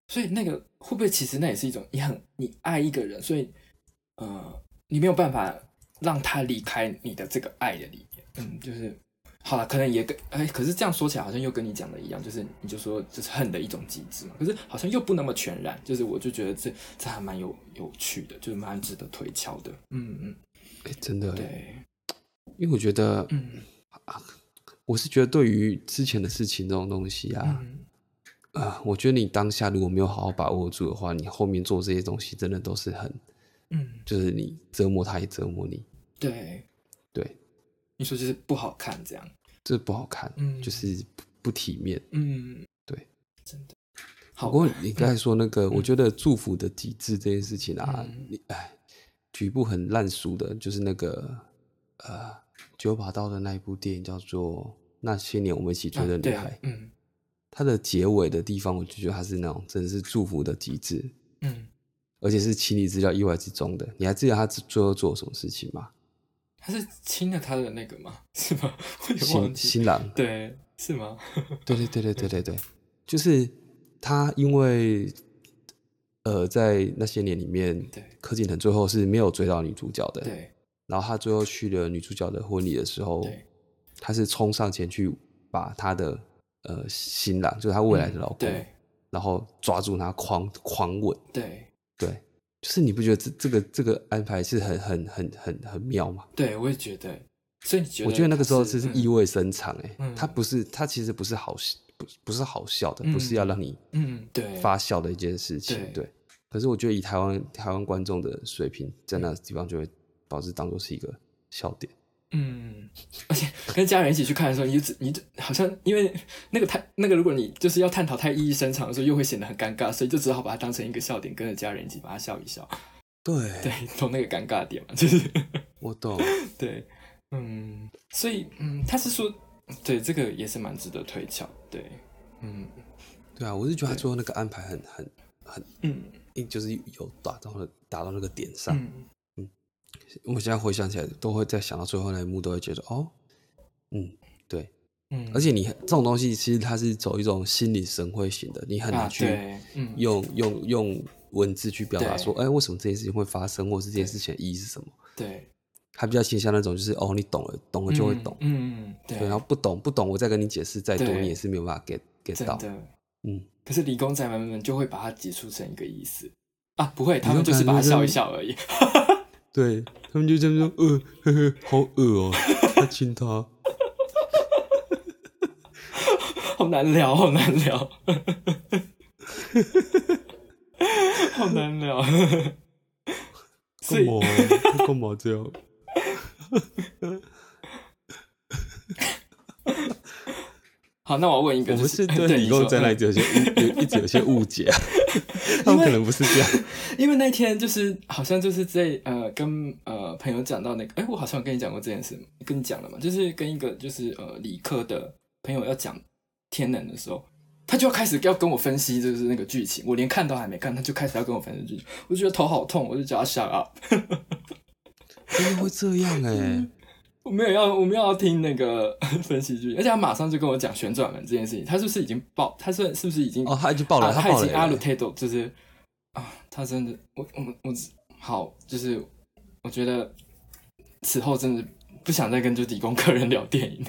[SPEAKER 1] 所以那个会不会其实那也是一种你很你爱一个人，所以呃你没有办法让他离开你的这个爱的里面，嗯，就是好了，可能也跟哎，可是这样说起来好像又跟你讲的一样，就是你就说这是恨的一种机制嘛，可是好像又不那么全然，就是我就觉得这这还蛮有有趣的，就是蛮值得推敲的，嗯嗯，
[SPEAKER 2] 哎真的，
[SPEAKER 1] 对，
[SPEAKER 2] 因为我觉得
[SPEAKER 1] 嗯
[SPEAKER 2] 我是觉得对于之前的事情这种东西啊，
[SPEAKER 1] 嗯，
[SPEAKER 2] 啊、我觉得你当下如果没有好好把握住的话，你后面做这些东西真的都是很，
[SPEAKER 1] 嗯，
[SPEAKER 2] 就是你折磨他也折磨你，
[SPEAKER 1] 对。
[SPEAKER 2] 对，
[SPEAKER 1] 你说就是不好看这样，
[SPEAKER 2] 这不好看，
[SPEAKER 1] 嗯
[SPEAKER 2] 就是不不体面。
[SPEAKER 1] 嗯，
[SPEAKER 2] 对，
[SPEAKER 1] 真的，
[SPEAKER 2] 不
[SPEAKER 1] 好，
[SPEAKER 2] 过你刚才说那个，我觉得祝福的极致这件事情啊
[SPEAKER 1] 嗯，
[SPEAKER 2] 你哎，举一部很烂俗的，就是那个呃，九把刀的那一部电影叫做《那些年我们一起追的
[SPEAKER 1] 啊
[SPEAKER 2] 女
[SPEAKER 1] 对
[SPEAKER 2] 孩
[SPEAKER 1] 啊》，，嗯
[SPEAKER 2] 它的结尾的地方，我就觉得它是那种真的是祝福的极致，
[SPEAKER 1] 嗯，
[SPEAKER 2] 而且是情理之料、意外之中的。你还记得他最后做了什么事情吗？
[SPEAKER 1] 他是亲了他的那个吗？是吗？ 我也 忘
[SPEAKER 2] 新
[SPEAKER 1] 记。
[SPEAKER 2] 新郎，
[SPEAKER 1] 对，是吗？
[SPEAKER 2] 对对对对对对对，就是他因为呃，在那些年里面，
[SPEAKER 1] 对
[SPEAKER 2] 柯景腾最后是没有追到女主角的，
[SPEAKER 1] 对
[SPEAKER 2] 然后他最后去了女主角的婚礼的时候，
[SPEAKER 1] 对
[SPEAKER 2] 他是冲上前去把他的呃新郎，就是他未来的老公，
[SPEAKER 1] 嗯对
[SPEAKER 2] 然后抓住他狂狂吻，
[SPEAKER 1] 对
[SPEAKER 2] 对，就是你不觉得这这个这个安排是很很很很很妙吗？
[SPEAKER 1] 对，我也觉得。所以你觉得？
[SPEAKER 2] 我觉得那个时候真是意味深长、欸，哎、
[SPEAKER 1] 嗯
[SPEAKER 2] 他不是他其实不是好不不是好笑的，
[SPEAKER 1] 嗯
[SPEAKER 2] 不是要让你
[SPEAKER 1] 嗯，嗯，对，
[SPEAKER 2] 发笑的一件事情，
[SPEAKER 1] 对
[SPEAKER 2] 对。可是我觉得以台湾台湾观众的水平，在那个地方就会把这当做是一个笑点。
[SPEAKER 1] 嗯，而且跟家人一起去看的时候，你就只你就好像因为那个太那个，如果你就是要探讨太意义深长的时候，又会显得很尴尬，所以就只好把它当成一个笑点，跟着家人一起把它笑一笑。
[SPEAKER 2] 对，
[SPEAKER 1] 对，懂那个尴尬点嘛？就是
[SPEAKER 2] 我 懂。
[SPEAKER 1] 对，嗯，所以嗯，他是说，对，这个也是蛮值得推敲。对，嗯
[SPEAKER 2] 对啊，我是觉得他最后那个安排很很很
[SPEAKER 1] 嗯
[SPEAKER 2] 硬，就是有打到了打到那个点上。
[SPEAKER 1] 嗯，
[SPEAKER 2] 我现在回想起来，都会在想到最后那一幕，都会觉得哦，嗯，对。
[SPEAKER 1] 嗯，
[SPEAKER 2] 而且你这种东西，其实它是走一种心领神会型的，你很
[SPEAKER 1] 啊
[SPEAKER 2] 难，去
[SPEAKER 1] 对，嗯，
[SPEAKER 2] 用、用用文字去表达
[SPEAKER 1] 对
[SPEAKER 2] 说，哎、为什么这件事情会发生，或是这件事情的意义是什么。
[SPEAKER 1] 对，
[SPEAKER 2] 它比较倾向那种，就是哦，你懂了，懂了就会懂。
[SPEAKER 1] 嗯，嗯，对，
[SPEAKER 2] 对，然后不懂不懂，我再跟你解释再多，
[SPEAKER 1] 对
[SPEAKER 2] 你也是没有办法 get get
[SPEAKER 1] 真
[SPEAKER 2] 到。
[SPEAKER 1] 的，
[SPEAKER 2] 嗯，
[SPEAKER 1] 可是理工宅们们就会把它解出成一个意思啊，不会，他们就是把它笑一笑而已。
[SPEAKER 2] 对他们就这样说，呃，呵呵，好恶哦、他亲他。
[SPEAKER 1] 好难聊，好难 聊，好难聊。所
[SPEAKER 2] 干
[SPEAKER 1] 以
[SPEAKER 2] 嘛？啊他干嘛这 样？
[SPEAKER 1] 好，那我问一个、
[SPEAKER 2] 我
[SPEAKER 1] 就
[SPEAKER 2] 们 是
[SPEAKER 1] 对
[SPEAKER 2] 对理
[SPEAKER 1] 你说
[SPEAKER 2] 工宅男一直 有些有有一直有些误解，他们可能不是这样。
[SPEAKER 1] 因为那天就是好像就是在呃跟呃朋友讲到那个，哎、我好像有跟你讲过这件事吗，跟你讲了嘛，就是跟一个就是呃理科的朋友要讲天能的时候，他就要开始要跟我分析就是那个剧情，我连看都还没看，他就开始要跟我分析剧情，我就觉得头好痛，我就叫他啊 shut up。
[SPEAKER 2] 真的会这样哎、
[SPEAKER 1] 嗯我没有要，我没有要听那个分析剧，而且他马上就跟我讲旋转门这件事情，他是不是已经爆？他是是不是已经
[SPEAKER 2] 哦，他已经爆了，
[SPEAKER 1] 啊
[SPEAKER 2] 他
[SPEAKER 1] 他
[SPEAKER 2] 爆
[SPEAKER 1] 已
[SPEAKER 2] 了
[SPEAKER 1] 经阿鲁
[SPEAKER 2] 欸、
[SPEAKER 1] 泰斗就是啊，他真的，我我我好，就是我觉得此后真的不想再跟就理工科人聊电影。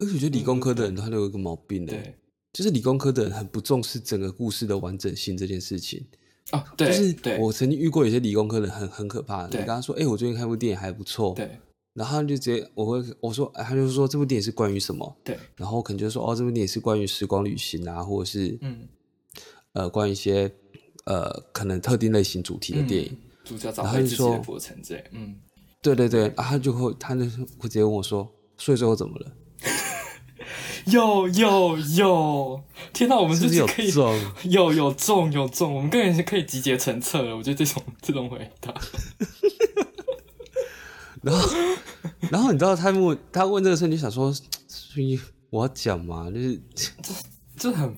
[SPEAKER 2] 而且我觉得理工科的人他都有一个毛病
[SPEAKER 1] 嗯
[SPEAKER 2] 哎、
[SPEAKER 1] 对，
[SPEAKER 2] 就是理工科的人很不重视整个故事的完整性这件事情。
[SPEAKER 1] 哦，对，
[SPEAKER 2] 就是
[SPEAKER 1] 对，
[SPEAKER 2] 我曾经遇过有些理工科人很很可怕的，你
[SPEAKER 1] 对
[SPEAKER 2] 跟他说，哎、我最近看一部电影还不错，
[SPEAKER 1] 对
[SPEAKER 2] 然后他就直接我会我说，哎他就说这部电影是关于什么，
[SPEAKER 1] 对，
[SPEAKER 2] 然后可能就说哦，这部电影是关于时光旅行啊，或者是
[SPEAKER 1] 嗯，
[SPEAKER 2] 呃关于一些呃可能特定类型主题的电影。
[SPEAKER 1] 嗯主角找
[SPEAKER 2] 然后
[SPEAKER 1] 回
[SPEAKER 2] 就
[SPEAKER 1] 自己
[SPEAKER 2] 说
[SPEAKER 1] 的过程之类，嗯，
[SPEAKER 2] 对对对，啊、他就会他就会直接问我说，所以最后怎么了？
[SPEAKER 1] 有有有，天哪，我们就
[SPEAKER 2] 是不是有
[SPEAKER 1] 可以
[SPEAKER 2] 中？
[SPEAKER 1] 有有中有中，我们个人是可以集结成册了。我觉得这种这种回答，
[SPEAKER 2] 然后你知道他问他问这个事，你就想说，所以我要讲嘛，就是
[SPEAKER 1] 这很，啊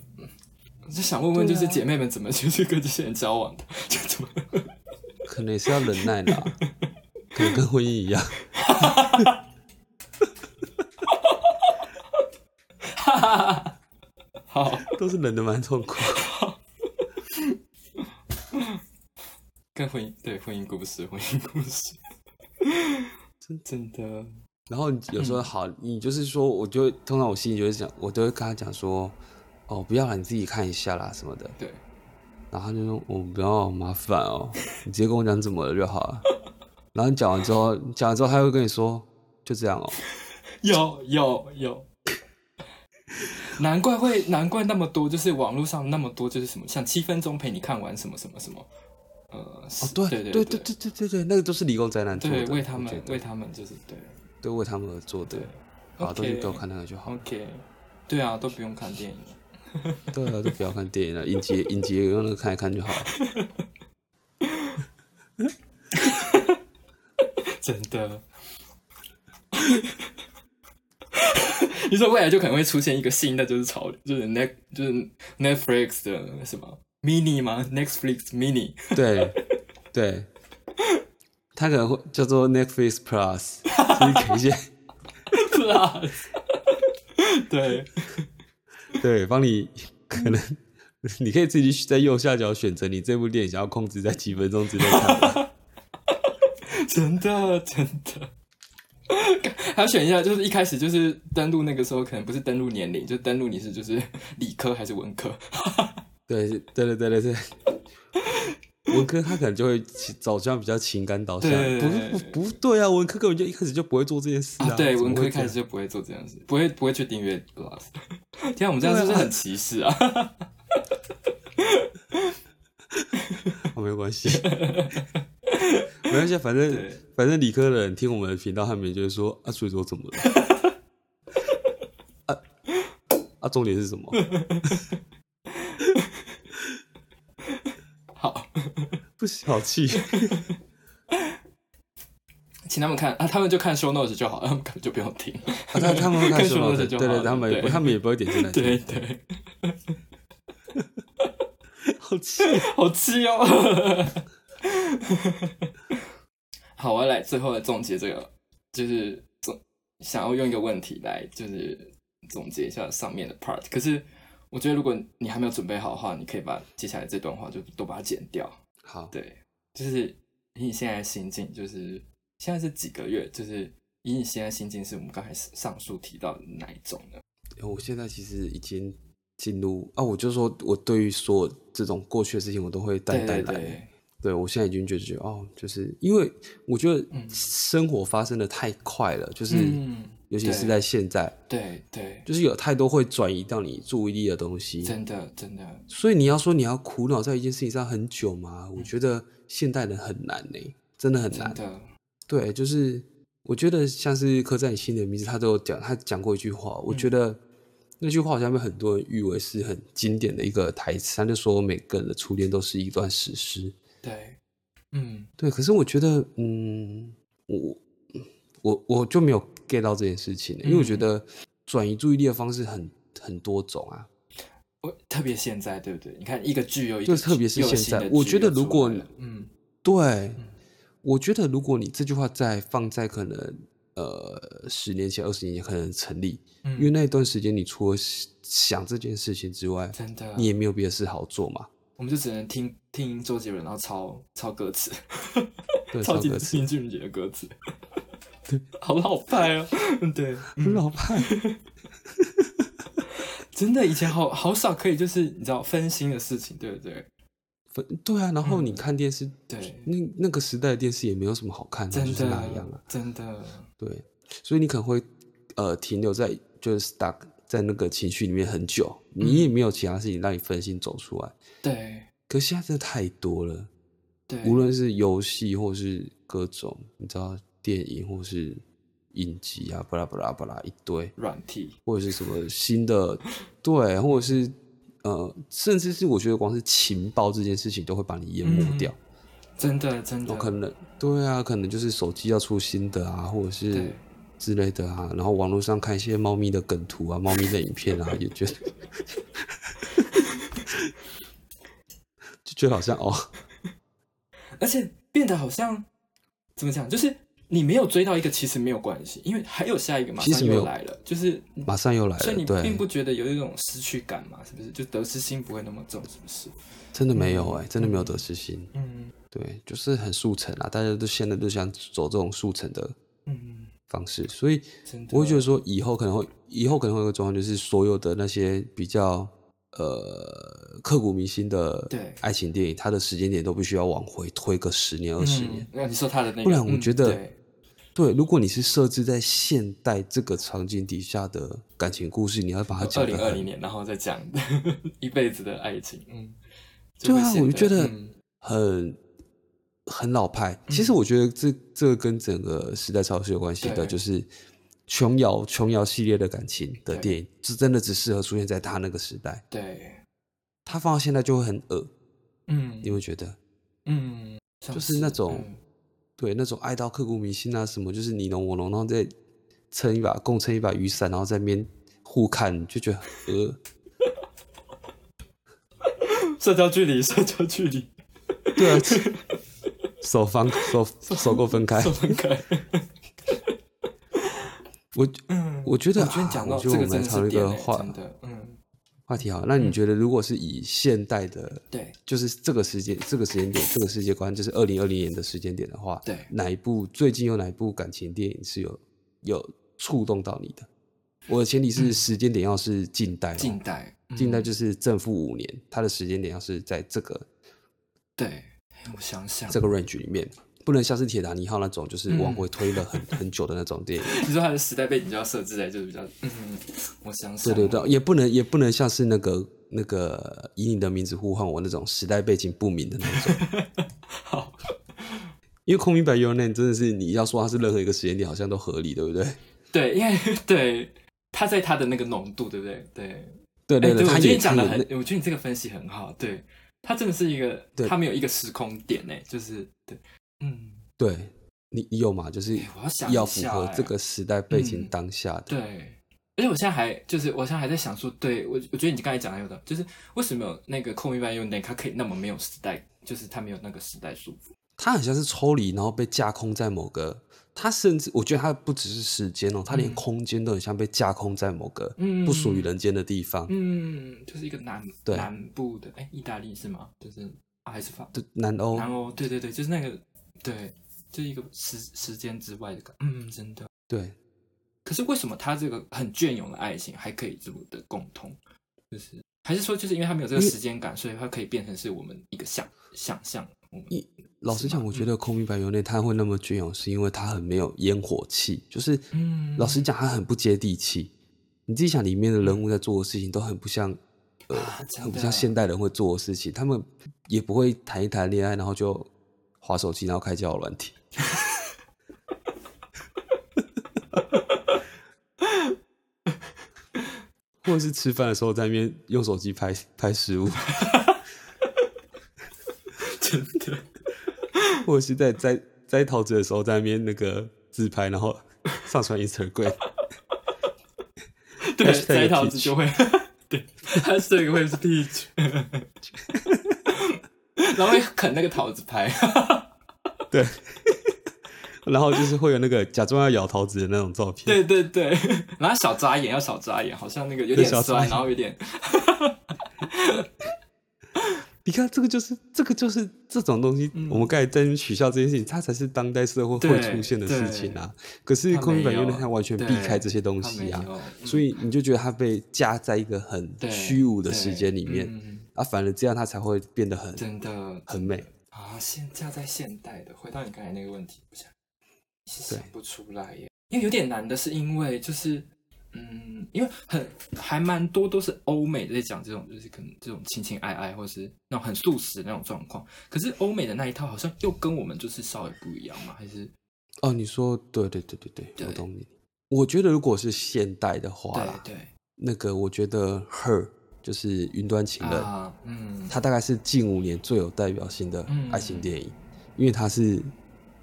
[SPEAKER 1] 我就想问问，就是姐妹们怎么 就是跟这些人交往的， 就怎么
[SPEAKER 2] 可能也是要忍耐 啦，可能跟婚姻一样。
[SPEAKER 1] 好，
[SPEAKER 2] 都是忍的蛮痛苦。
[SPEAKER 1] 跟婚姻对婚姻故事，婚姻故事， 真真的，
[SPEAKER 2] 然后你有时
[SPEAKER 1] 嗯
[SPEAKER 2] 候好，你就是说，我就会通常我心里就会想，我都会跟他讲说，哦，不要了，你自己看一下啦什么的。
[SPEAKER 1] 对
[SPEAKER 2] 然后他就说，我、不要麻烦哦，你直接跟我讲怎么了就好 了。然后你讲完之后，讲完之后他会跟你说，就这样 哦。
[SPEAKER 1] 有有有，难怪会难怪那么多，就是网络上那么多，就是什么像七分钟陪你看完什么什么什么，呃，
[SPEAKER 2] 哦，
[SPEAKER 1] 是
[SPEAKER 2] 对
[SPEAKER 1] 对
[SPEAKER 2] 对
[SPEAKER 1] 对
[SPEAKER 2] 对对对对，那个都是理工宅男做的，
[SPEAKER 1] 对，为他
[SPEAKER 2] 我觉
[SPEAKER 1] 们
[SPEAKER 2] 得
[SPEAKER 1] 为他们就是对
[SPEAKER 2] 对为他们而做的
[SPEAKER 1] 对。
[SPEAKER 2] 好，都去
[SPEAKER 1] OK
[SPEAKER 2] 给我看那个就好。
[SPEAKER 1] ，OK，对啊，都不用看电影了。
[SPEAKER 2] 对啊，都不要看电影了，影集影集用那个看一看就好了。
[SPEAKER 1] 真的。 你说未来就可能会出现一个新的，就是潮流，就是 net 就是 Netflix 的什么 mini 吗？Netflix mini
[SPEAKER 2] 对对，它可能会叫做 Netflix Plus，就是给一些
[SPEAKER 1] plus，对，
[SPEAKER 2] 对，帮你可能你可以自己在右下角选择你这部电影想要控制在几分钟之内看完。
[SPEAKER 1] 真的真的。还要选一下，就是一开始就是登录那个时候，可能不是登录年龄，就登录你是就是理科还是文科。
[SPEAKER 2] 对对对对对对，文科他可能就会起走向比较情感导向，
[SPEAKER 1] 对对
[SPEAKER 2] 不是
[SPEAKER 1] 对
[SPEAKER 2] 不不对啊，文科根本就一开始就不会做这件事
[SPEAKER 1] 啊，对，文科一开始
[SPEAKER 2] 始
[SPEAKER 1] 就不会做这样子，不会不会去订阅 Plus。天啊，我们这样是不是很歧视啊？
[SPEAKER 2] 哦，没 关系，没关系，反正
[SPEAKER 1] 对
[SPEAKER 2] 反正理科的人听我们的频道，他们就会说啊，所以说怎么了？ 啊啊，重点是什么？
[SPEAKER 1] 好，
[SPEAKER 2] 不小气，
[SPEAKER 1] 请他们看啊， 他们就看 show notes 就好了， 他们根本就不用听。
[SPEAKER 2] 啊、他他们会看
[SPEAKER 1] 看
[SPEAKER 2] 什
[SPEAKER 1] 书
[SPEAKER 2] 么？
[SPEAKER 1] 的
[SPEAKER 2] 对
[SPEAKER 1] 就
[SPEAKER 2] 对
[SPEAKER 1] 好
[SPEAKER 2] 对，
[SPEAKER 1] 了
[SPEAKER 2] 他们也不
[SPEAKER 1] 对
[SPEAKER 2] 他们也不会点进来听，
[SPEAKER 1] 对 对，
[SPEAKER 2] 好气。
[SPEAKER 1] 好气哦。 好，我要来最后来总结这个，就是总想要用一个问题来就是总结一下上面的 part。可是我觉得如果你还没有准备好的话，你可以把接下来这段话就都把它剪掉。
[SPEAKER 2] 好，
[SPEAKER 1] 对，就是以你现在的心境，就是现在是几个月，就是以你现在心境，是我们刚才上述提到的哪一种呢？
[SPEAKER 2] 我现在其实已经进入啊，我就说我对于所有这种过去的事情，我都会淡
[SPEAKER 1] 对对
[SPEAKER 2] 淡来。
[SPEAKER 1] 对，
[SPEAKER 2] 对我现在已经觉得觉得哦，就是因为我觉得
[SPEAKER 1] 嗯
[SPEAKER 2] 生活发生的太快了，就是、
[SPEAKER 1] 嗯，
[SPEAKER 2] 尤其是
[SPEAKER 1] 对
[SPEAKER 2] 在现在，
[SPEAKER 1] 对对，
[SPEAKER 2] 就是有太多会转移到你注意力的东西。
[SPEAKER 1] 真的真的，
[SPEAKER 2] 所以你要说你要苦恼在一件事情上很久吗？
[SPEAKER 1] 嗯
[SPEAKER 2] 我觉得现代人很难呢、真的很难
[SPEAKER 1] 真。的，
[SPEAKER 2] 对，就是我觉得像是刻在你心里的名字，他都有讲，他讲过一句话，我觉
[SPEAKER 1] 嗯
[SPEAKER 2] 得那句话好像被很多人誉为是很经典的一个台词，他就说每个人的初恋都是一段史诗。
[SPEAKER 1] 对，嗯，
[SPEAKER 2] 对，可是我觉得，嗯，我我我就没有 get 到这件事情、因为我觉
[SPEAKER 1] 嗯
[SPEAKER 2] 得转移注意力的方式很很多种啊，
[SPEAKER 1] 我特别现在对不对？你看一个剧又一
[SPEAKER 2] 就
[SPEAKER 1] 个，
[SPEAKER 2] 特别是
[SPEAKER 1] 又有
[SPEAKER 2] 现
[SPEAKER 1] 新
[SPEAKER 2] 在
[SPEAKER 1] 的
[SPEAKER 2] 我
[SPEAKER 1] 剧
[SPEAKER 2] 觉得
[SPEAKER 1] 又
[SPEAKER 2] 如
[SPEAKER 1] 出
[SPEAKER 2] 果
[SPEAKER 1] 来了嗯
[SPEAKER 2] 对，我觉得如果你这句话再放在可能呃十年前、二十年前可能成立，因为
[SPEAKER 1] 嗯，
[SPEAKER 2] 那一段时间你除了想这件事情之外，
[SPEAKER 1] 真的，
[SPEAKER 2] 你也没有别的事好做嘛。
[SPEAKER 1] 我们就只能听听周杰伦，然后抄抄歌词，
[SPEAKER 2] 对，
[SPEAKER 1] 抄
[SPEAKER 2] 超
[SPEAKER 1] 几
[SPEAKER 2] 可
[SPEAKER 1] 次林俊杰的歌词， 好老派哦，对，
[SPEAKER 2] 很老派。
[SPEAKER 1] 真的以前好好少可以就是你知道分心的事情，对不对？
[SPEAKER 2] 分对啊，然后你看电视，
[SPEAKER 1] 嗯对，
[SPEAKER 2] 那那个时代的电视也没有什么好看的，
[SPEAKER 1] 真
[SPEAKER 2] 就是那
[SPEAKER 1] 的
[SPEAKER 2] 样啊。
[SPEAKER 1] 真的，
[SPEAKER 2] 对，所以你可能会呃停留在就是 stuck 在那个情绪里面很久，你也
[SPEAKER 1] 嗯
[SPEAKER 2] 没有其他事情让你分心走出来。
[SPEAKER 1] 对
[SPEAKER 2] 可现在真的太多了，
[SPEAKER 1] 对，
[SPEAKER 2] 无论是游戏或是各种你知道电影或是影集啊，巴拉巴拉巴拉一堆，
[SPEAKER 1] 软体，
[SPEAKER 2] 或者是什么新的对，或者是呃，甚至是我觉得光是情报这件事情都会把你淹
[SPEAKER 1] 嗯
[SPEAKER 2] 没掉。
[SPEAKER 1] 真的真的
[SPEAKER 2] 有，可能对啊，可能就是手机要出新的啊，或者是
[SPEAKER 1] 对
[SPEAKER 2] 之类的啊，然后网络上看一些猫咪的梗图啊、猫咪的影片啊，也觉得 就觉得好像哦，
[SPEAKER 1] 而且变得好像怎么讲，就是你没有追到一个，其实没有关系，因为还有下一个马
[SPEAKER 2] 其实
[SPEAKER 1] 上
[SPEAKER 2] 没
[SPEAKER 1] 又
[SPEAKER 2] 有
[SPEAKER 1] 来了，就是你
[SPEAKER 2] 马上又来
[SPEAKER 1] 所以
[SPEAKER 2] 了，
[SPEAKER 1] 你并
[SPEAKER 2] 对，
[SPEAKER 1] 不觉得有一种失去感嘛？是不是？就得失心不会那么重，是不是？
[SPEAKER 2] 真的没有哎、真的没有得失心，
[SPEAKER 1] 嗯
[SPEAKER 2] 对，就是很速成啊，大家都现在都想走这种速成的
[SPEAKER 1] 嗯，
[SPEAKER 2] 方式，所以
[SPEAKER 1] 真的，
[SPEAKER 2] 我会觉得说，以后可能会，以后可能会有个状况，就是所有的那些比较呃刻骨铭心的
[SPEAKER 1] 对
[SPEAKER 2] 爱情电影，它的时间点都必须要往回推个十年二十年
[SPEAKER 1] 嗯。。那你说他的那个，
[SPEAKER 2] 不然我
[SPEAKER 1] 嗯
[SPEAKER 2] 觉得
[SPEAKER 1] 对
[SPEAKER 2] 对，如果你是设置在现代这个场景底下的感情故事，你要把它
[SPEAKER 1] 二
[SPEAKER 2] 讲
[SPEAKER 1] 零
[SPEAKER 2] 的
[SPEAKER 1] 二零
[SPEAKER 2] 很
[SPEAKER 1] 年，然后再讲 一辈子的爱情，嗯，
[SPEAKER 2] 对啊
[SPEAKER 1] 会显
[SPEAKER 2] 我就觉得
[SPEAKER 1] 嗯
[SPEAKER 2] 很很老派。其实我觉得这这个跟整个时代潮流是有关系的，
[SPEAKER 1] 对
[SPEAKER 2] 就是。琼瑶琼瑶系列的感情
[SPEAKER 1] 对
[SPEAKER 2] 的电影，是真的只适合出现在他那个时代，
[SPEAKER 1] 对，
[SPEAKER 2] 他放到现在就会很恶，
[SPEAKER 1] 嗯
[SPEAKER 2] 你会觉得？
[SPEAKER 1] 嗯，像
[SPEAKER 2] 就是那种
[SPEAKER 1] 嗯
[SPEAKER 2] 对那种爱到刻骨铭心啊，什么就是你侬我侬，然后再撑一把共撑一把雨伞，然后在那边互看，就觉得 呃，
[SPEAKER 1] 社交距 离，社交距离，
[SPEAKER 2] 对啊， 手放手手够分开
[SPEAKER 1] 怎。么改？
[SPEAKER 2] 我
[SPEAKER 1] 嗯，
[SPEAKER 2] 我觉得
[SPEAKER 1] 我觉得
[SPEAKER 2] 啊
[SPEAKER 1] 你讲
[SPEAKER 2] 我
[SPEAKER 1] 到
[SPEAKER 2] 觉
[SPEAKER 1] 这
[SPEAKER 2] 得我
[SPEAKER 1] 个
[SPEAKER 2] 们
[SPEAKER 1] 真的
[SPEAKER 2] 来讨论
[SPEAKER 1] 是
[SPEAKER 2] 一
[SPEAKER 1] 点
[SPEAKER 2] 个
[SPEAKER 1] 欸
[SPEAKER 2] 话
[SPEAKER 1] 真的，嗯，
[SPEAKER 2] 话题好，那你觉得如果是以现代的，
[SPEAKER 1] 对，
[SPEAKER 2] 就是这个时间、这个时间点、这个世界观，就是二零二零年的时间点的话，
[SPEAKER 1] 对
[SPEAKER 2] 哪一部最近有哪一部感情电影是有有触动到你的？我的前提是时间点要是近代、哦，
[SPEAKER 1] 嗯近代，嗯
[SPEAKER 2] 近代就是正负五年，它的时间点要是在这个
[SPEAKER 1] 对，我想想，
[SPEAKER 2] 这个 range 里面，不能像是铁达尼号那种，就是
[SPEAKER 1] 嗯
[SPEAKER 2] 往回推了很、很久的那种电影。
[SPEAKER 1] 你说它的时代背景就要设置在就是比较，嗯，我想想，
[SPEAKER 2] 对对对，也不能也不能像是那个那个以你的名字呼唤我那种时代背景不明的那种。
[SPEAKER 1] 好，
[SPEAKER 2] 因为空明白 Your Name 真的是你要说它是任何一个时间点，好像都合理，对不对？
[SPEAKER 1] 对，因为 对它在它的那个浓度，对不对？对，
[SPEAKER 2] 对对
[SPEAKER 1] 哎对，
[SPEAKER 2] 它
[SPEAKER 1] 我觉得
[SPEAKER 2] 也
[SPEAKER 1] 你讲的
[SPEAKER 2] 它也
[SPEAKER 1] 很，我觉得你这个分析很好，对，它真的是一个
[SPEAKER 2] 对，
[SPEAKER 1] 它没有一个时空点诶，就是对，嗯，
[SPEAKER 2] 对你你有嘛？就是
[SPEAKER 1] 哎我要想一
[SPEAKER 2] 要符
[SPEAKER 1] 下
[SPEAKER 2] 合
[SPEAKER 1] 哎
[SPEAKER 2] 这个时代背景
[SPEAKER 1] 嗯
[SPEAKER 2] 当下的。
[SPEAKER 1] 对。而且我现在还就是，我现在还在想说，对我我觉得你刚才讲的有的，就是为什么那个《空明白用那它可以那么没有时代，就是它没有那个时代束缚。
[SPEAKER 2] 它很像是抽离，然后被架空在某个，它甚至我觉得它不只是时间哦，它连
[SPEAKER 1] 嗯
[SPEAKER 2] 空间都很像被架空在某个
[SPEAKER 1] 嗯
[SPEAKER 2] 不属于人间的地方，
[SPEAKER 1] 嗯，就是一个南
[SPEAKER 2] 对
[SPEAKER 1] 南部的，哎，意大利是吗？就是、啊、还是法
[SPEAKER 2] 就南欧。
[SPEAKER 1] 南欧？对对对，就是那个对，就是一个时时间之外的感，嗯，真的。
[SPEAKER 2] 对，
[SPEAKER 1] 可是为什么他这个很隽永的爱情还可以这么的共通？就是还是说，就是因为他没有这个
[SPEAKER 2] 因为
[SPEAKER 1] 时间感，所以他可以变成是我们一个想想象。我们
[SPEAKER 2] 老实
[SPEAKER 1] 是
[SPEAKER 2] 讲，
[SPEAKER 1] 吗嗯
[SPEAKER 2] 我觉得《空明白油内》它会那么隽永，是因为它很没有烟火气，就是
[SPEAKER 1] 嗯
[SPEAKER 2] 老实讲，它很不接地气。你自己想，里面的人物在做的事情都很不像，呃
[SPEAKER 1] 啊，真
[SPEAKER 2] 很不
[SPEAKER 1] 的
[SPEAKER 2] 像现代人会做的事情。他们也不会谈一谈恋爱，然后就划手机，然后开交友 软体。或者是吃饭的时候在那边用手机拍拍食物，
[SPEAKER 1] 真的，
[SPEAKER 2] 或者是在摘摘桃子的时候在那边那个自拍，然后上传 Instagram。
[SPEAKER 1] 对，
[SPEAKER 2] Hashtag
[SPEAKER 1] 摘桃子
[SPEAKER 2] peach
[SPEAKER 1] 就会， 对，他这个会是 peach，然后会啃那个桃子拍，
[SPEAKER 2] 对，然后就是会有那个假装要咬桃子的那种照片，
[SPEAKER 1] 对对对，然后小眨眼要小眨眼，好像那个有
[SPEAKER 2] 对
[SPEAKER 1] 点
[SPEAKER 2] 小眨
[SPEAKER 1] 酸，
[SPEAKER 2] 眼
[SPEAKER 1] 然后有点
[SPEAKER 2] 你看这个就是这个就是这种东西，我们刚才在那边取笑这件事情，它才是当代社会会
[SPEAKER 1] 嗯对
[SPEAKER 2] 出现的
[SPEAKER 1] 对
[SPEAKER 2] 事情啊。可是
[SPEAKER 1] 他
[SPEAKER 2] 空明
[SPEAKER 1] 没
[SPEAKER 2] 白因为
[SPEAKER 1] 有
[SPEAKER 2] 它完全避
[SPEAKER 1] 对
[SPEAKER 2] 开这些东
[SPEAKER 1] 他没
[SPEAKER 2] 西啊，
[SPEAKER 1] 有，嗯
[SPEAKER 2] 所以你就觉得它被架在一个很
[SPEAKER 1] 对
[SPEAKER 2] 虚无的
[SPEAKER 1] 对
[SPEAKER 2] 时间里面
[SPEAKER 1] 嗯
[SPEAKER 2] 啊，反而这样它才会变得很
[SPEAKER 1] 真的
[SPEAKER 2] 很美。
[SPEAKER 1] 啊，现架在现代的，回到你刚才那个问题，我想是
[SPEAKER 2] 对
[SPEAKER 1] 想不出来耶，因为有点难的是因为就是。嗯，因为很还蛮多都是欧美在讲这种，就是可能这种情情爱爱，或是那种很素食的那种状况。可是欧美的那一套好像又跟我们就是稍微不一样嘛，还是
[SPEAKER 2] 哦，你说对对对对对，我
[SPEAKER 1] 对
[SPEAKER 2] 懂你。我觉得如果是现代的话啦，
[SPEAKER 1] 对
[SPEAKER 2] 那个我觉得《Her》就是《云端情
[SPEAKER 1] 对
[SPEAKER 2] 人》
[SPEAKER 1] 啊，嗯，
[SPEAKER 2] 它大概是近五年最有代表性的
[SPEAKER 1] 嗯
[SPEAKER 2] 爱情电影，因为它是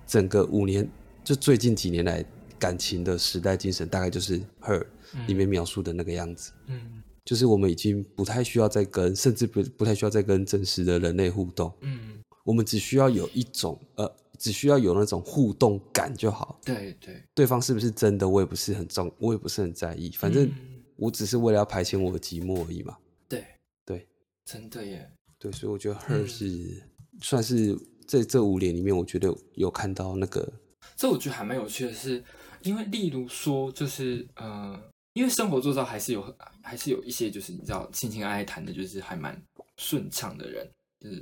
[SPEAKER 2] 整个五年就最近几年来感情的时代精神，大概就是《Her》里面描述的那个样子，
[SPEAKER 1] 嗯
[SPEAKER 2] 就是我们已经不太需要再跟，甚至不不太需要再跟真实的人类互动，
[SPEAKER 1] 嗯，
[SPEAKER 2] 我们只需要有一种呃，只需要有那种互动感就好。
[SPEAKER 1] 对对，
[SPEAKER 2] 对方是不是真的，我也不是很重，我也不是很在意，反正
[SPEAKER 1] 嗯
[SPEAKER 2] 我只是为了要排遣我的寂寞而已嘛。
[SPEAKER 1] 对
[SPEAKER 2] 对，
[SPEAKER 1] 真的耶，
[SPEAKER 2] 对，所以我觉得 Her
[SPEAKER 1] 嗯
[SPEAKER 2] 是、算是在这五年里面，我觉得有看到那个
[SPEAKER 1] 这我觉得还蛮有趣的是，因为例如说，就是呃，因为生活做到还是有还是有一些就是你知道情情爱爱谈的，就是还蛮顺畅的人，就是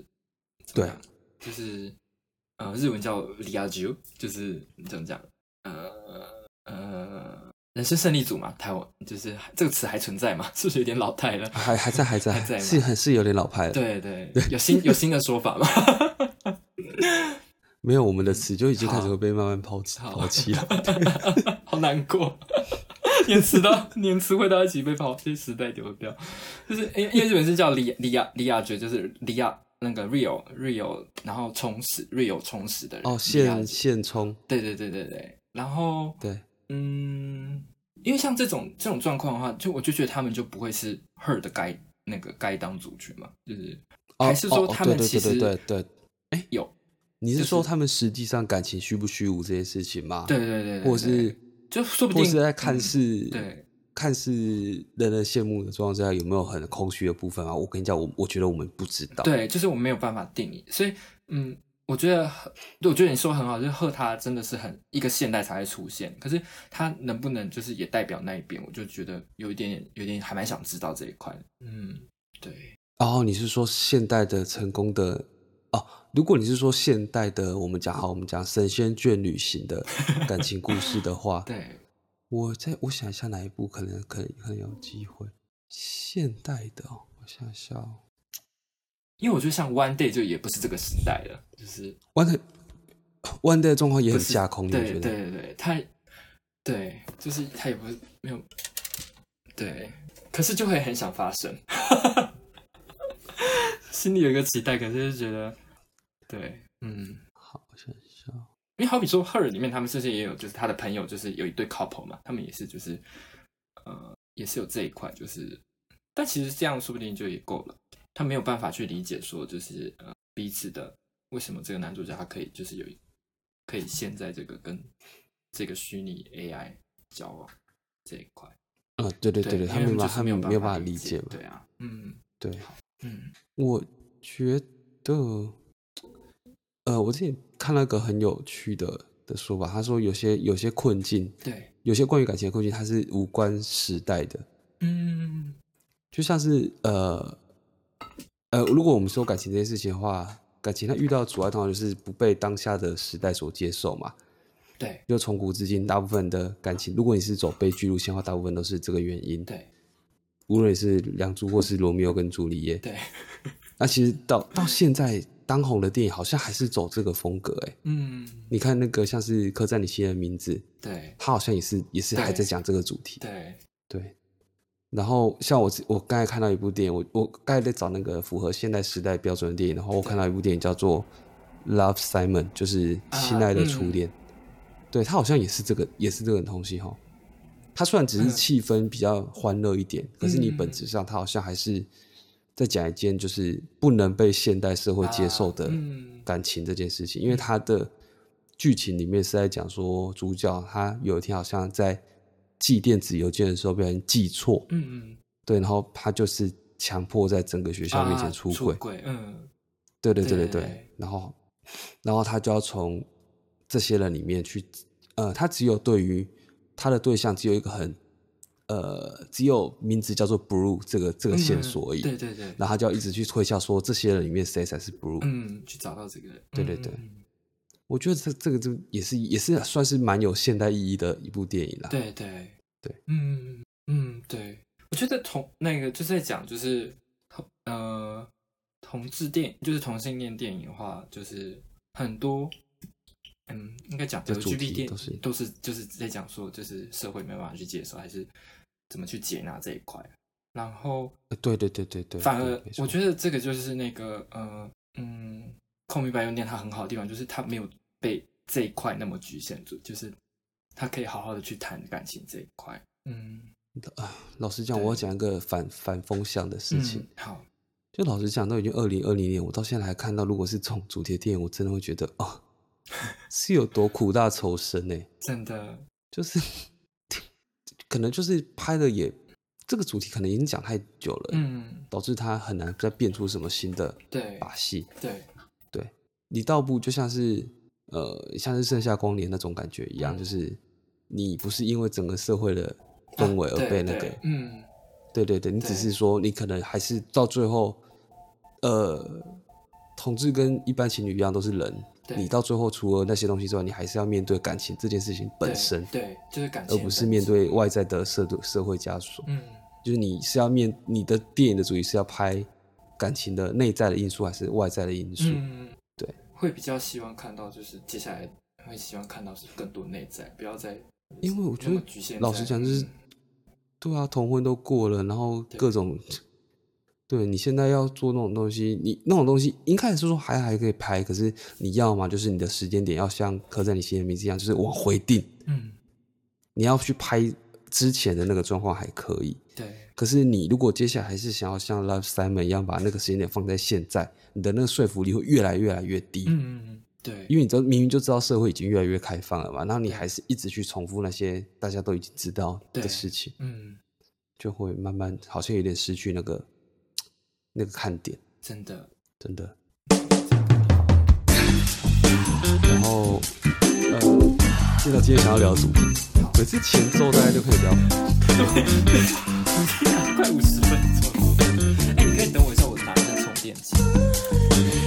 [SPEAKER 1] 怎么
[SPEAKER 2] 对
[SPEAKER 1] 讲，就是呃，日文叫 l i a j u 就是怎么讲，呃呃，人生胜利组嘛，台湾就是这个词还存在嘛， 是不是有点老态了？
[SPEAKER 2] 还还在还在
[SPEAKER 1] 还在吗
[SPEAKER 2] 是很是有点老派了。
[SPEAKER 1] 对对，有新有新的说法吗？
[SPEAKER 2] 没有我们的词就已经开始
[SPEAKER 1] 好
[SPEAKER 2] 会被慢慢抛弃
[SPEAKER 1] 好
[SPEAKER 2] 抛弃了。
[SPEAKER 1] 好难过，连词到连词汇到一起被抛，被时代丢掉。就是因为因为日本是叫里里亚里亚爵，就是里亚那个 real real，然后充实 real 充实的人
[SPEAKER 2] 哦，
[SPEAKER 1] 李亚
[SPEAKER 2] 现
[SPEAKER 1] 杰
[SPEAKER 2] 现充，
[SPEAKER 1] 对对对对对，然后
[SPEAKER 2] 对，
[SPEAKER 1] 嗯，因为像这种这种状况的话，就我就觉得他们就不会是 her 的该那个该当族群嘛，就是
[SPEAKER 2] 哦
[SPEAKER 1] 还是说
[SPEAKER 2] 哦哦
[SPEAKER 1] 他们
[SPEAKER 2] 对
[SPEAKER 1] 其
[SPEAKER 2] 对对
[SPEAKER 1] 实
[SPEAKER 2] 对对对，
[SPEAKER 1] 有，
[SPEAKER 2] 你
[SPEAKER 1] 就是是
[SPEAKER 2] 说他们实际上感情虚不虚无这件事情吗？
[SPEAKER 1] 对，对对对对，
[SPEAKER 2] 或是
[SPEAKER 1] 就说不
[SPEAKER 2] 或
[SPEAKER 1] 定
[SPEAKER 2] 是在看
[SPEAKER 1] 嗯
[SPEAKER 2] 似
[SPEAKER 1] 对
[SPEAKER 2] 看似人人羡慕的状况下，有没有很空虚的部分啊？我跟你讲，我我觉得我们不知道。
[SPEAKER 1] 对，就是我没有办法定义，所以嗯，我觉得对，我觉得你说得很好，就是赫他真的是很一个现代才会出现，可是他能不能就是也代表那一边，我就觉得有一点有一点还蛮想知道这一块的，嗯，对，
[SPEAKER 2] 然哦后你是说现代的成功的哦？如果你是说现代的，我们讲好，我们讲神仙眷侣型 的感情故事的话，
[SPEAKER 1] 对，
[SPEAKER 2] 我在我想一下哪一部可能可能可能有机会。现代的哦，我想一下哦，
[SPEAKER 1] 因为我觉得像 One Day 就也不是这个时代了，就是
[SPEAKER 2] 弯的弯的状况也
[SPEAKER 1] 不
[SPEAKER 2] 很
[SPEAKER 1] 是
[SPEAKER 2] 架空，你
[SPEAKER 1] 对
[SPEAKER 2] 觉
[SPEAKER 1] 对
[SPEAKER 2] 得？
[SPEAKER 1] 对对，他对，就是他也不是没有对，可是就会很想发生， 心里有一个期待，可是就觉得对，嗯，
[SPEAKER 2] 好，我想一下哦，
[SPEAKER 1] 因为好比说 Her 里面他们这些也有，就是他的朋友就是有一对 couple 嘛，他们也是就是呃也是有这一块，就是但其实这样说不定就也够了，他没有办法去理解说就是呃彼此的为什么这个男主角他可以就是有一可以现在这个跟这个虚拟 AI 交往这一块，
[SPEAKER 2] 嗯，对对对
[SPEAKER 1] 对
[SPEAKER 2] 对，
[SPEAKER 1] 因
[SPEAKER 2] 他
[SPEAKER 1] 为
[SPEAKER 2] 们
[SPEAKER 1] 就
[SPEAKER 2] 把
[SPEAKER 1] 是
[SPEAKER 2] 他
[SPEAKER 1] 没
[SPEAKER 2] 们
[SPEAKER 1] 有
[SPEAKER 2] 没有
[SPEAKER 1] 办
[SPEAKER 2] 办法理
[SPEAKER 1] 解
[SPEAKER 2] 解嘛，
[SPEAKER 1] 对啊，嗯
[SPEAKER 2] 对。
[SPEAKER 1] 嗯
[SPEAKER 2] 我觉得，呃，我之前看了个很有趣的的说法，他说有些有些困境，
[SPEAKER 1] 对，
[SPEAKER 2] 有些关于感情的困境，它是无关时代的，
[SPEAKER 1] 嗯
[SPEAKER 2] 就像是呃呃，如果我们说感情这件事情的话，感情它遇到的阻碍通常就是不被当下的时代所接受嘛。
[SPEAKER 1] 对
[SPEAKER 2] 就从古至今，大部分的感情，如果你是走悲剧路线的话，大部分都是这个原因。
[SPEAKER 1] 对
[SPEAKER 2] 无论你是梁祝或是罗密欧跟朱丽叶，
[SPEAKER 1] 对，
[SPEAKER 2] 那其实到到现在当红的电影好像还是走这个风格哎、
[SPEAKER 1] 嗯
[SPEAKER 2] 你看那个像是《刻在你心里的名字》，
[SPEAKER 1] 对
[SPEAKER 2] 它好像也是也是还在讲这个主题。
[SPEAKER 1] 对
[SPEAKER 2] 对。然后像我之我刚才看到一部电影，我我刚才在找那个符合现代时代标准的电影，然后我看到一部电影叫做《Love Simon》，就是
[SPEAKER 1] 啊
[SPEAKER 2] 《亲爱的
[SPEAKER 1] 嗯
[SPEAKER 2] 初恋》对，它好像也是这个也是这个东西哈。它虽然只
[SPEAKER 1] 嗯
[SPEAKER 2] 是气氛比较欢乐一点，可是你
[SPEAKER 1] 嗯
[SPEAKER 2] 本质上它好像还是在讲一件就是不能被现代社会接受的
[SPEAKER 1] 啊嗯
[SPEAKER 2] 感情这件事情，因为它的剧情里面是在讲说主角他有一天好像在寄电子邮件的时候被人寄错，
[SPEAKER 1] 嗯嗯。
[SPEAKER 2] 对，然后他就是强迫在整个学校面前
[SPEAKER 1] 啊
[SPEAKER 2] 出
[SPEAKER 1] 出
[SPEAKER 2] 轨，
[SPEAKER 1] 轨，嗯，
[SPEAKER 2] 对对对
[SPEAKER 1] 对
[SPEAKER 2] 对
[SPEAKER 1] 对
[SPEAKER 2] 对
[SPEAKER 1] 对，
[SPEAKER 2] 然后然后他就要从这些人里面去，呃，他只有对于他的对象只有一个很，呃，只有名字叫做 Blue 这个这个线索而
[SPEAKER 1] 嗯
[SPEAKER 2] 已，
[SPEAKER 1] 对对对，
[SPEAKER 2] 然后他就要一直去推敲说这些人里面谁才是 Blue，、
[SPEAKER 1] 嗯，去找到这个，
[SPEAKER 2] 对对对
[SPEAKER 1] 嗯
[SPEAKER 2] 我觉得这这个就也是也是算是蛮有现代意义的一部电影啦。
[SPEAKER 1] 嗯对对
[SPEAKER 2] 对，
[SPEAKER 1] 嗯嗯，对，我觉得同那个就是在讲就是同呃同志电就是同性恋电影的话，就是很多嗯应该讲
[SPEAKER 2] 这主
[SPEAKER 1] LGBT
[SPEAKER 2] 题
[SPEAKER 1] 电
[SPEAKER 2] 都是
[SPEAKER 1] 都是就是在讲说就是社会没有办法去接受，还是怎么去接纳这一块，然后
[SPEAKER 2] 呃对对对对对，
[SPEAKER 1] 反而我
[SPEAKER 2] 得
[SPEAKER 1] 觉得这个就是那个呃嗯，空明白又念它很好的地方，就是它没有被这一块那么局限住，就是它可以好好的去谈感情这一块。嗯，
[SPEAKER 2] 老实讲，
[SPEAKER 1] 对
[SPEAKER 2] 我要讲一个反反风向的事
[SPEAKER 1] 嗯
[SPEAKER 2] 情。
[SPEAKER 1] 好，
[SPEAKER 2] 就老实讲，都已经二零二零年，我到现在还看到，如果是这种主题的电影，我真的会觉得 哦，是有多苦大仇深呢、
[SPEAKER 1] 真的，
[SPEAKER 2] 就是 可能就是拍的也这个主题可能已经讲太久了，
[SPEAKER 1] 嗯，
[SPEAKER 2] 导致他很难再变出什么新的
[SPEAKER 1] 对
[SPEAKER 2] 把戏。
[SPEAKER 1] 对，
[SPEAKER 2] 对，你倒不就像是呃，像是盛夏光年那种感觉一样，
[SPEAKER 1] 嗯
[SPEAKER 2] 就是你不是因为整个社会的氛围
[SPEAKER 1] 啊
[SPEAKER 2] 而
[SPEAKER 1] 对
[SPEAKER 2] 被那个，
[SPEAKER 1] 对嗯，
[SPEAKER 2] 对对对，你只
[SPEAKER 1] 对
[SPEAKER 2] 是说你可能还是到最后，呃，同志跟一般情侣一样都是人，
[SPEAKER 1] 对
[SPEAKER 2] 你到最后除了那些东西之外，你还是要面对感情这件事情本
[SPEAKER 1] 对
[SPEAKER 2] 身，
[SPEAKER 1] 对，就是感情的本
[SPEAKER 2] 而
[SPEAKER 1] 质，
[SPEAKER 2] 不是面对外在的社社会枷锁。
[SPEAKER 1] 嗯，
[SPEAKER 2] 就是你是要面你的电影的主题是要拍感情的内在的因素还是外在的因素？
[SPEAKER 1] 嗯，
[SPEAKER 2] 对，
[SPEAKER 1] 会比较希望看到就是接下来会希望看到是更多内在，不要再
[SPEAKER 2] 因为我
[SPEAKER 1] 那
[SPEAKER 2] 觉
[SPEAKER 1] 么
[SPEAKER 2] 得
[SPEAKER 1] 局限在。
[SPEAKER 2] 老实讲，就是
[SPEAKER 1] 嗯
[SPEAKER 2] 对啊，同婚都过了，然后各种对你现在要做那种东西，你那种东西应该是说还还可以拍，可是你要嘛，就是你的时间点要像刻在你心里的名字一样，就是往回定。
[SPEAKER 1] 嗯，
[SPEAKER 2] 你要去拍之前的那个状况还可以，
[SPEAKER 1] 对，
[SPEAKER 2] 可是你如果接下来还是想要像 Love Simon 一样把那个时间点放在现在，你的那个说服力会越来越来越低，
[SPEAKER 1] 嗯嗯嗯，对，
[SPEAKER 2] 因为你知道明明就知道社会已经越来越开放了嘛，然后你还是一直去重复那些大家都已经知道的
[SPEAKER 1] 对
[SPEAKER 2] 事情，
[SPEAKER 1] 嗯，
[SPEAKER 2] 就会慢慢好像有点失去那个那个看点，
[SPEAKER 1] 真的，
[SPEAKER 2] 真的。然后，呃，接到今天想要聊什么？每次前奏大概就可以聊
[SPEAKER 1] 快五十分钟。哎，你可以等我一下，我拿一下充电器。哦